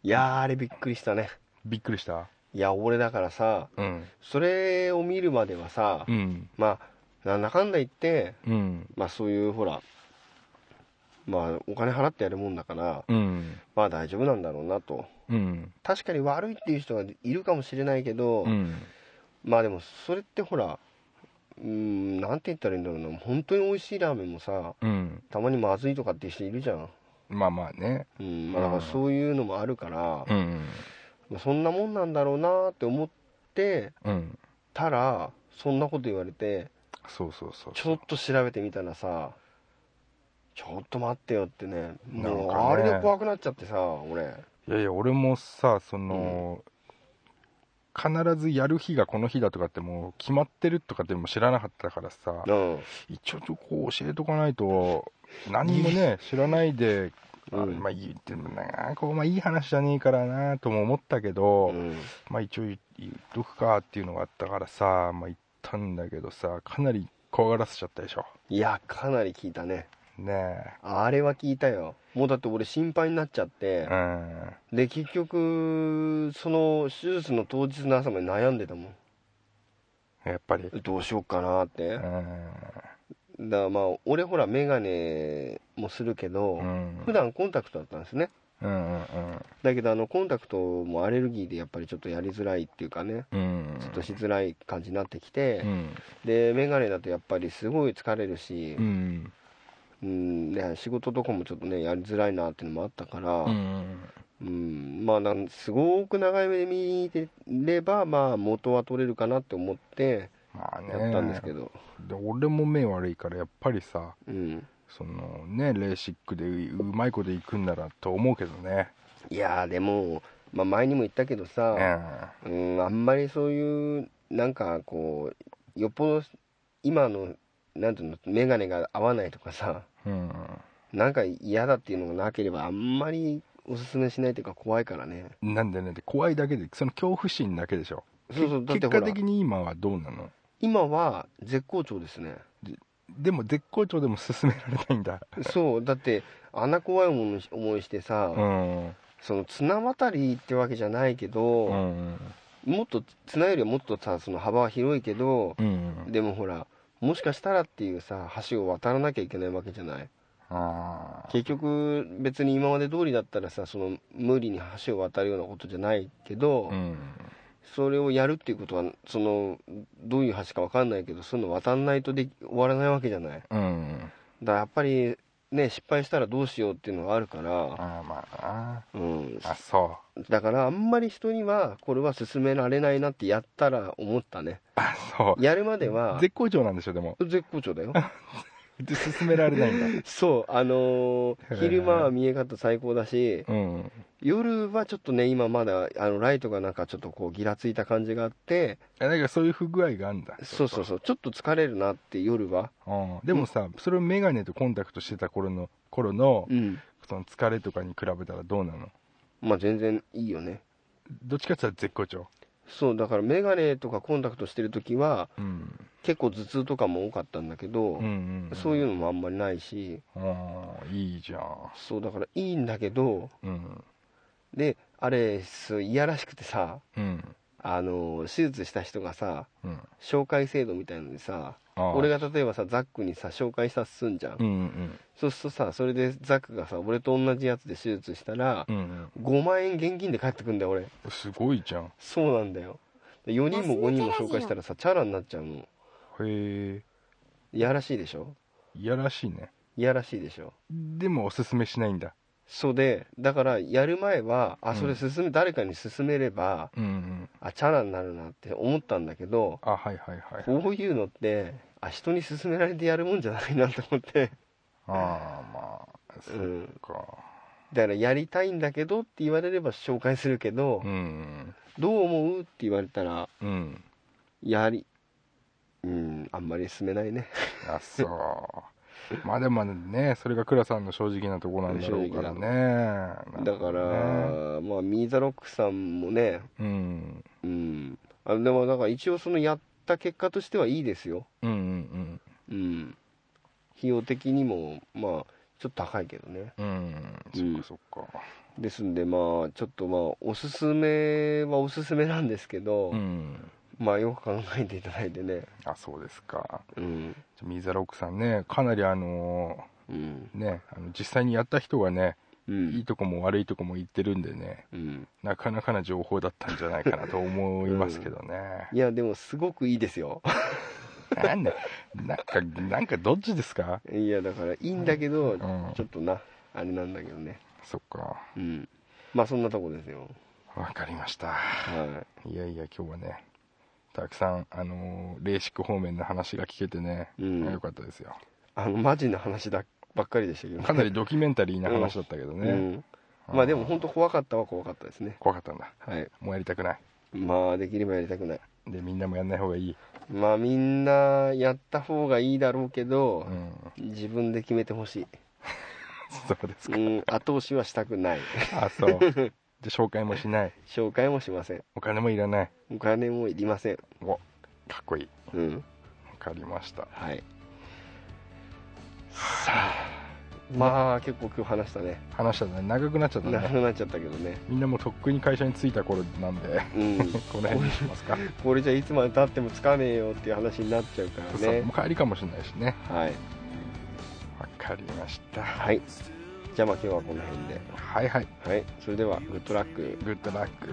いやーあれびっくりしたね
びっくりした
いや俺だからさ
うん
それを見るまではさ
うん
まあなんだかんだ言って
うん
まあそういうほらまあお金払ってやるもんだから
うん
まあ大丈夫なんだろうなと
うん
確かに悪いっていう人がいるかもしれないけど、
うん
まあでもそれってほらうーんなんて言ったらいいんだろうな本当に美味しいラーメンもさ
うん
たまにまずいとかっていう人いるじゃん、
まあまあね
うんまあ、だからそういうのもあるから
う、ん
まあそんなもんなんだろうなって思って
うん
たらそんなこと言われて
そうそうそう
ちょっと調べてみたらさちょっと待ってよってねもう
なんか
あ
ね
れで怖くなっちゃってさ俺
いやいや俺もさその、必ずやる日がこの日だとかってもう決まってるとかでも知らなかったからさ
うん
一応こう教えとかないと何もね知らないで、あ
うん
まあ言ってもなこう、まあ、いい話じゃねえからなとも思ったけど、
うん
まあ一応言言っとくかっていうのがあったからさまあ言ったんだけどさかなり怖がらせちゃったでしょ
いやかなり聞いたね
ね
あれは聞いたよもうだって俺心配になっちゃっ
え
て
うん
で結局その手術の当日の朝まで悩んでたも
やっぱり
んどうしようかなって
う
だか
ん
らまあ俺ほら眼鏡もするけど、
うん
普段コンタクトだったんですね
うんうん
だけどあのコンタクトもアレルギーでやっぱりちょっとやりづらいっていうかね
うん
ちょっとしづらい感じになってきて、
うん
で眼鏡だとやっぱりすごい疲れるし
う、ん
うんね、仕事とかもちょっとねやりづらいなっていうのもあったから、
うんうん
うんまあなんすごく長い目で見てればまあ元は取れるかなって思って
まあね
やったんですけど、
で俺も目悪いからやっぱりさ
うん
そのねレーシックでううまいこといくんならと思うけどね
いやーでも、まあ、前にも言ったけど
うん
さ、うん、あんまりそういうなんかこうよっぽど今のなんていうの眼鏡が合わないとかさ
うん
なんか嫌だっていうのがなければあんまりおすすめしないというか怖いからね
なんでねで怖いだけでその恐怖心だけでしょ
そうそうだっ
結
てほら
果的に今はどうなの
今は絶好調ですね
でも絶好調でも進められないんだ
そうだってあんな怖い思いし思いしてさ、
うん
その綱渡りってわけじゃないけ
う
ど、
ん
もっと綱よりはもっとさその幅は広いけど
う、ん
でもほらもしかしたらっていうさ橋を渡らなきゃいけないわけじゃない
あ
結局別に今まで通りだったらさその無理に橋を渡るようなことじゃないけど、
ーうん
それをやるっていうことはそのどういう橋かわかんないけどそういうの渡んないとでき終わらないわけじゃないだ
う
か
ん
らやっぱりね失敗したらどうしようっていうのがあるから、
ああまあな
うん、
あそう
だからあんまり人にはこれは勧められないなってやったら思ったね
あそう
やるまでは
絶好調なんでしょでも
絶好調だ *laughs* よ
で進められないん
*laughs*
だ
そうあのー
へえ
昼間は見え方最高だし
うん
夜はちょっとね今まだあのライトがなんかちょっとこうギラついた感じがあって
えだからそういう不具合があるんだ
そうそうそうちょっと疲れるなって夜は
うんでもさそれをメガネとコンタクトしてた頃の頃の
うん
その疲れとかに比べたらどうなの
まあ全然いいよね
どっちかって言ったら絶好調
そうだから眼鏡とかコンタクトしてる時は
うん
結構頭痛とかも多かったんだけど、
うんうん
そういううのもあんまりないし
んいいじゃん
そうだからいいんだけど
うん
であれすいやらしくてさ
うん
あの手術した人がさ
うん
紹介制度みたいのにさ
ああ
俺が例えばさザックにさ紹介したとすんじゃん、
うんうん
そうするとさそれでザックがさ俺と同じやつで手術したら、
うんうん
5万円現金で帰ってくんだよ俺
すごいじゃんへ
そうなんだよ4人も5人も紹介したらさチャラになっちゃうの
え
いやらしいでしょ
いやらしいね
いやらしいでしょ
でもおすすめしないんだ
そうでだからやる前はあ
うん
それ進め、誰かに勧めれば
うんうん
あチャラになるなって思ったんだけど
あはいはいはい
こういうのってあ人に勧められてやるもんじゃないなと思って
ああまあそっ
うん
か
だからやりたいんだけどって言われれば紹介するけど、
うん
どう思うって言われたら
うんうん
やりうんあんまり進めないね
あそうまあでもねそれが倉さんの正直なところなんだろうからね
だから、まあミーザロックさんもね
うん
うんあでもだから一応そのやった結果としてはいいですよ
うんうん
うん費用的にもまあちょっと高いけどね
うんうんそっかそっか
ですんでまあちょっとまあおすすめはおすすめなんですけど、
うん
まあよく考えていただいてね
あそうですか
うん
ミザロックさんねかなりあの
うん
ーねあの実際にやった人がね
う
いい
ん
とこも悪いとこも言ってるんでね
うん
なかなかな情報だったんじゃないかなと思いますけどね、
いやでもすごくいいですよ *laughs*
なんだなんかなんかどっちですか
いやだからいいんだけど、
ん
ちょっとなあれなんだけどね
そっか
うんまあそんなとこですよ
わかりました
はい
やいや今日はねたくさんあのーレーシック方面の話が聞けてね、
うん
よかったですよ
あのマジな話だばっかりでしたけどね
かなりドキュメンタリーな話だったけどね、
うん、まあでも本当怖かったは怖かったですね
怖かったんだ
はい
もうやりたくない
まあできればやりたくない
でみんなもやんない方がいい、
まあみんなやった方がいいだろうけど
う、ん、
自分で決めてほしい、
そうです *laughs*
う
か、
ん、後押しはしたくない *laughs*
あそうで紹介もしない
紹介もしません
お金もいらない
お金もいりません
おかっこいい
うん
わかりました
はいさあまあ結構今日話したね
話したね長くなっちゃった
長
ね
くなっちゃったけどね
みんなもうとっくに会社に着いた頃なんで *laughs*
うん *laughs*
この辺にします *laughs* か、
これじゃいつまでたってもつかねえよっていう話になっちゃうか
そう
ら
も
ね
う帰りかもしれないしね
はい
わかりました
はいじゃあまあ今日はこの辺で
はいはい
はいそれではグッドラック
グッドラック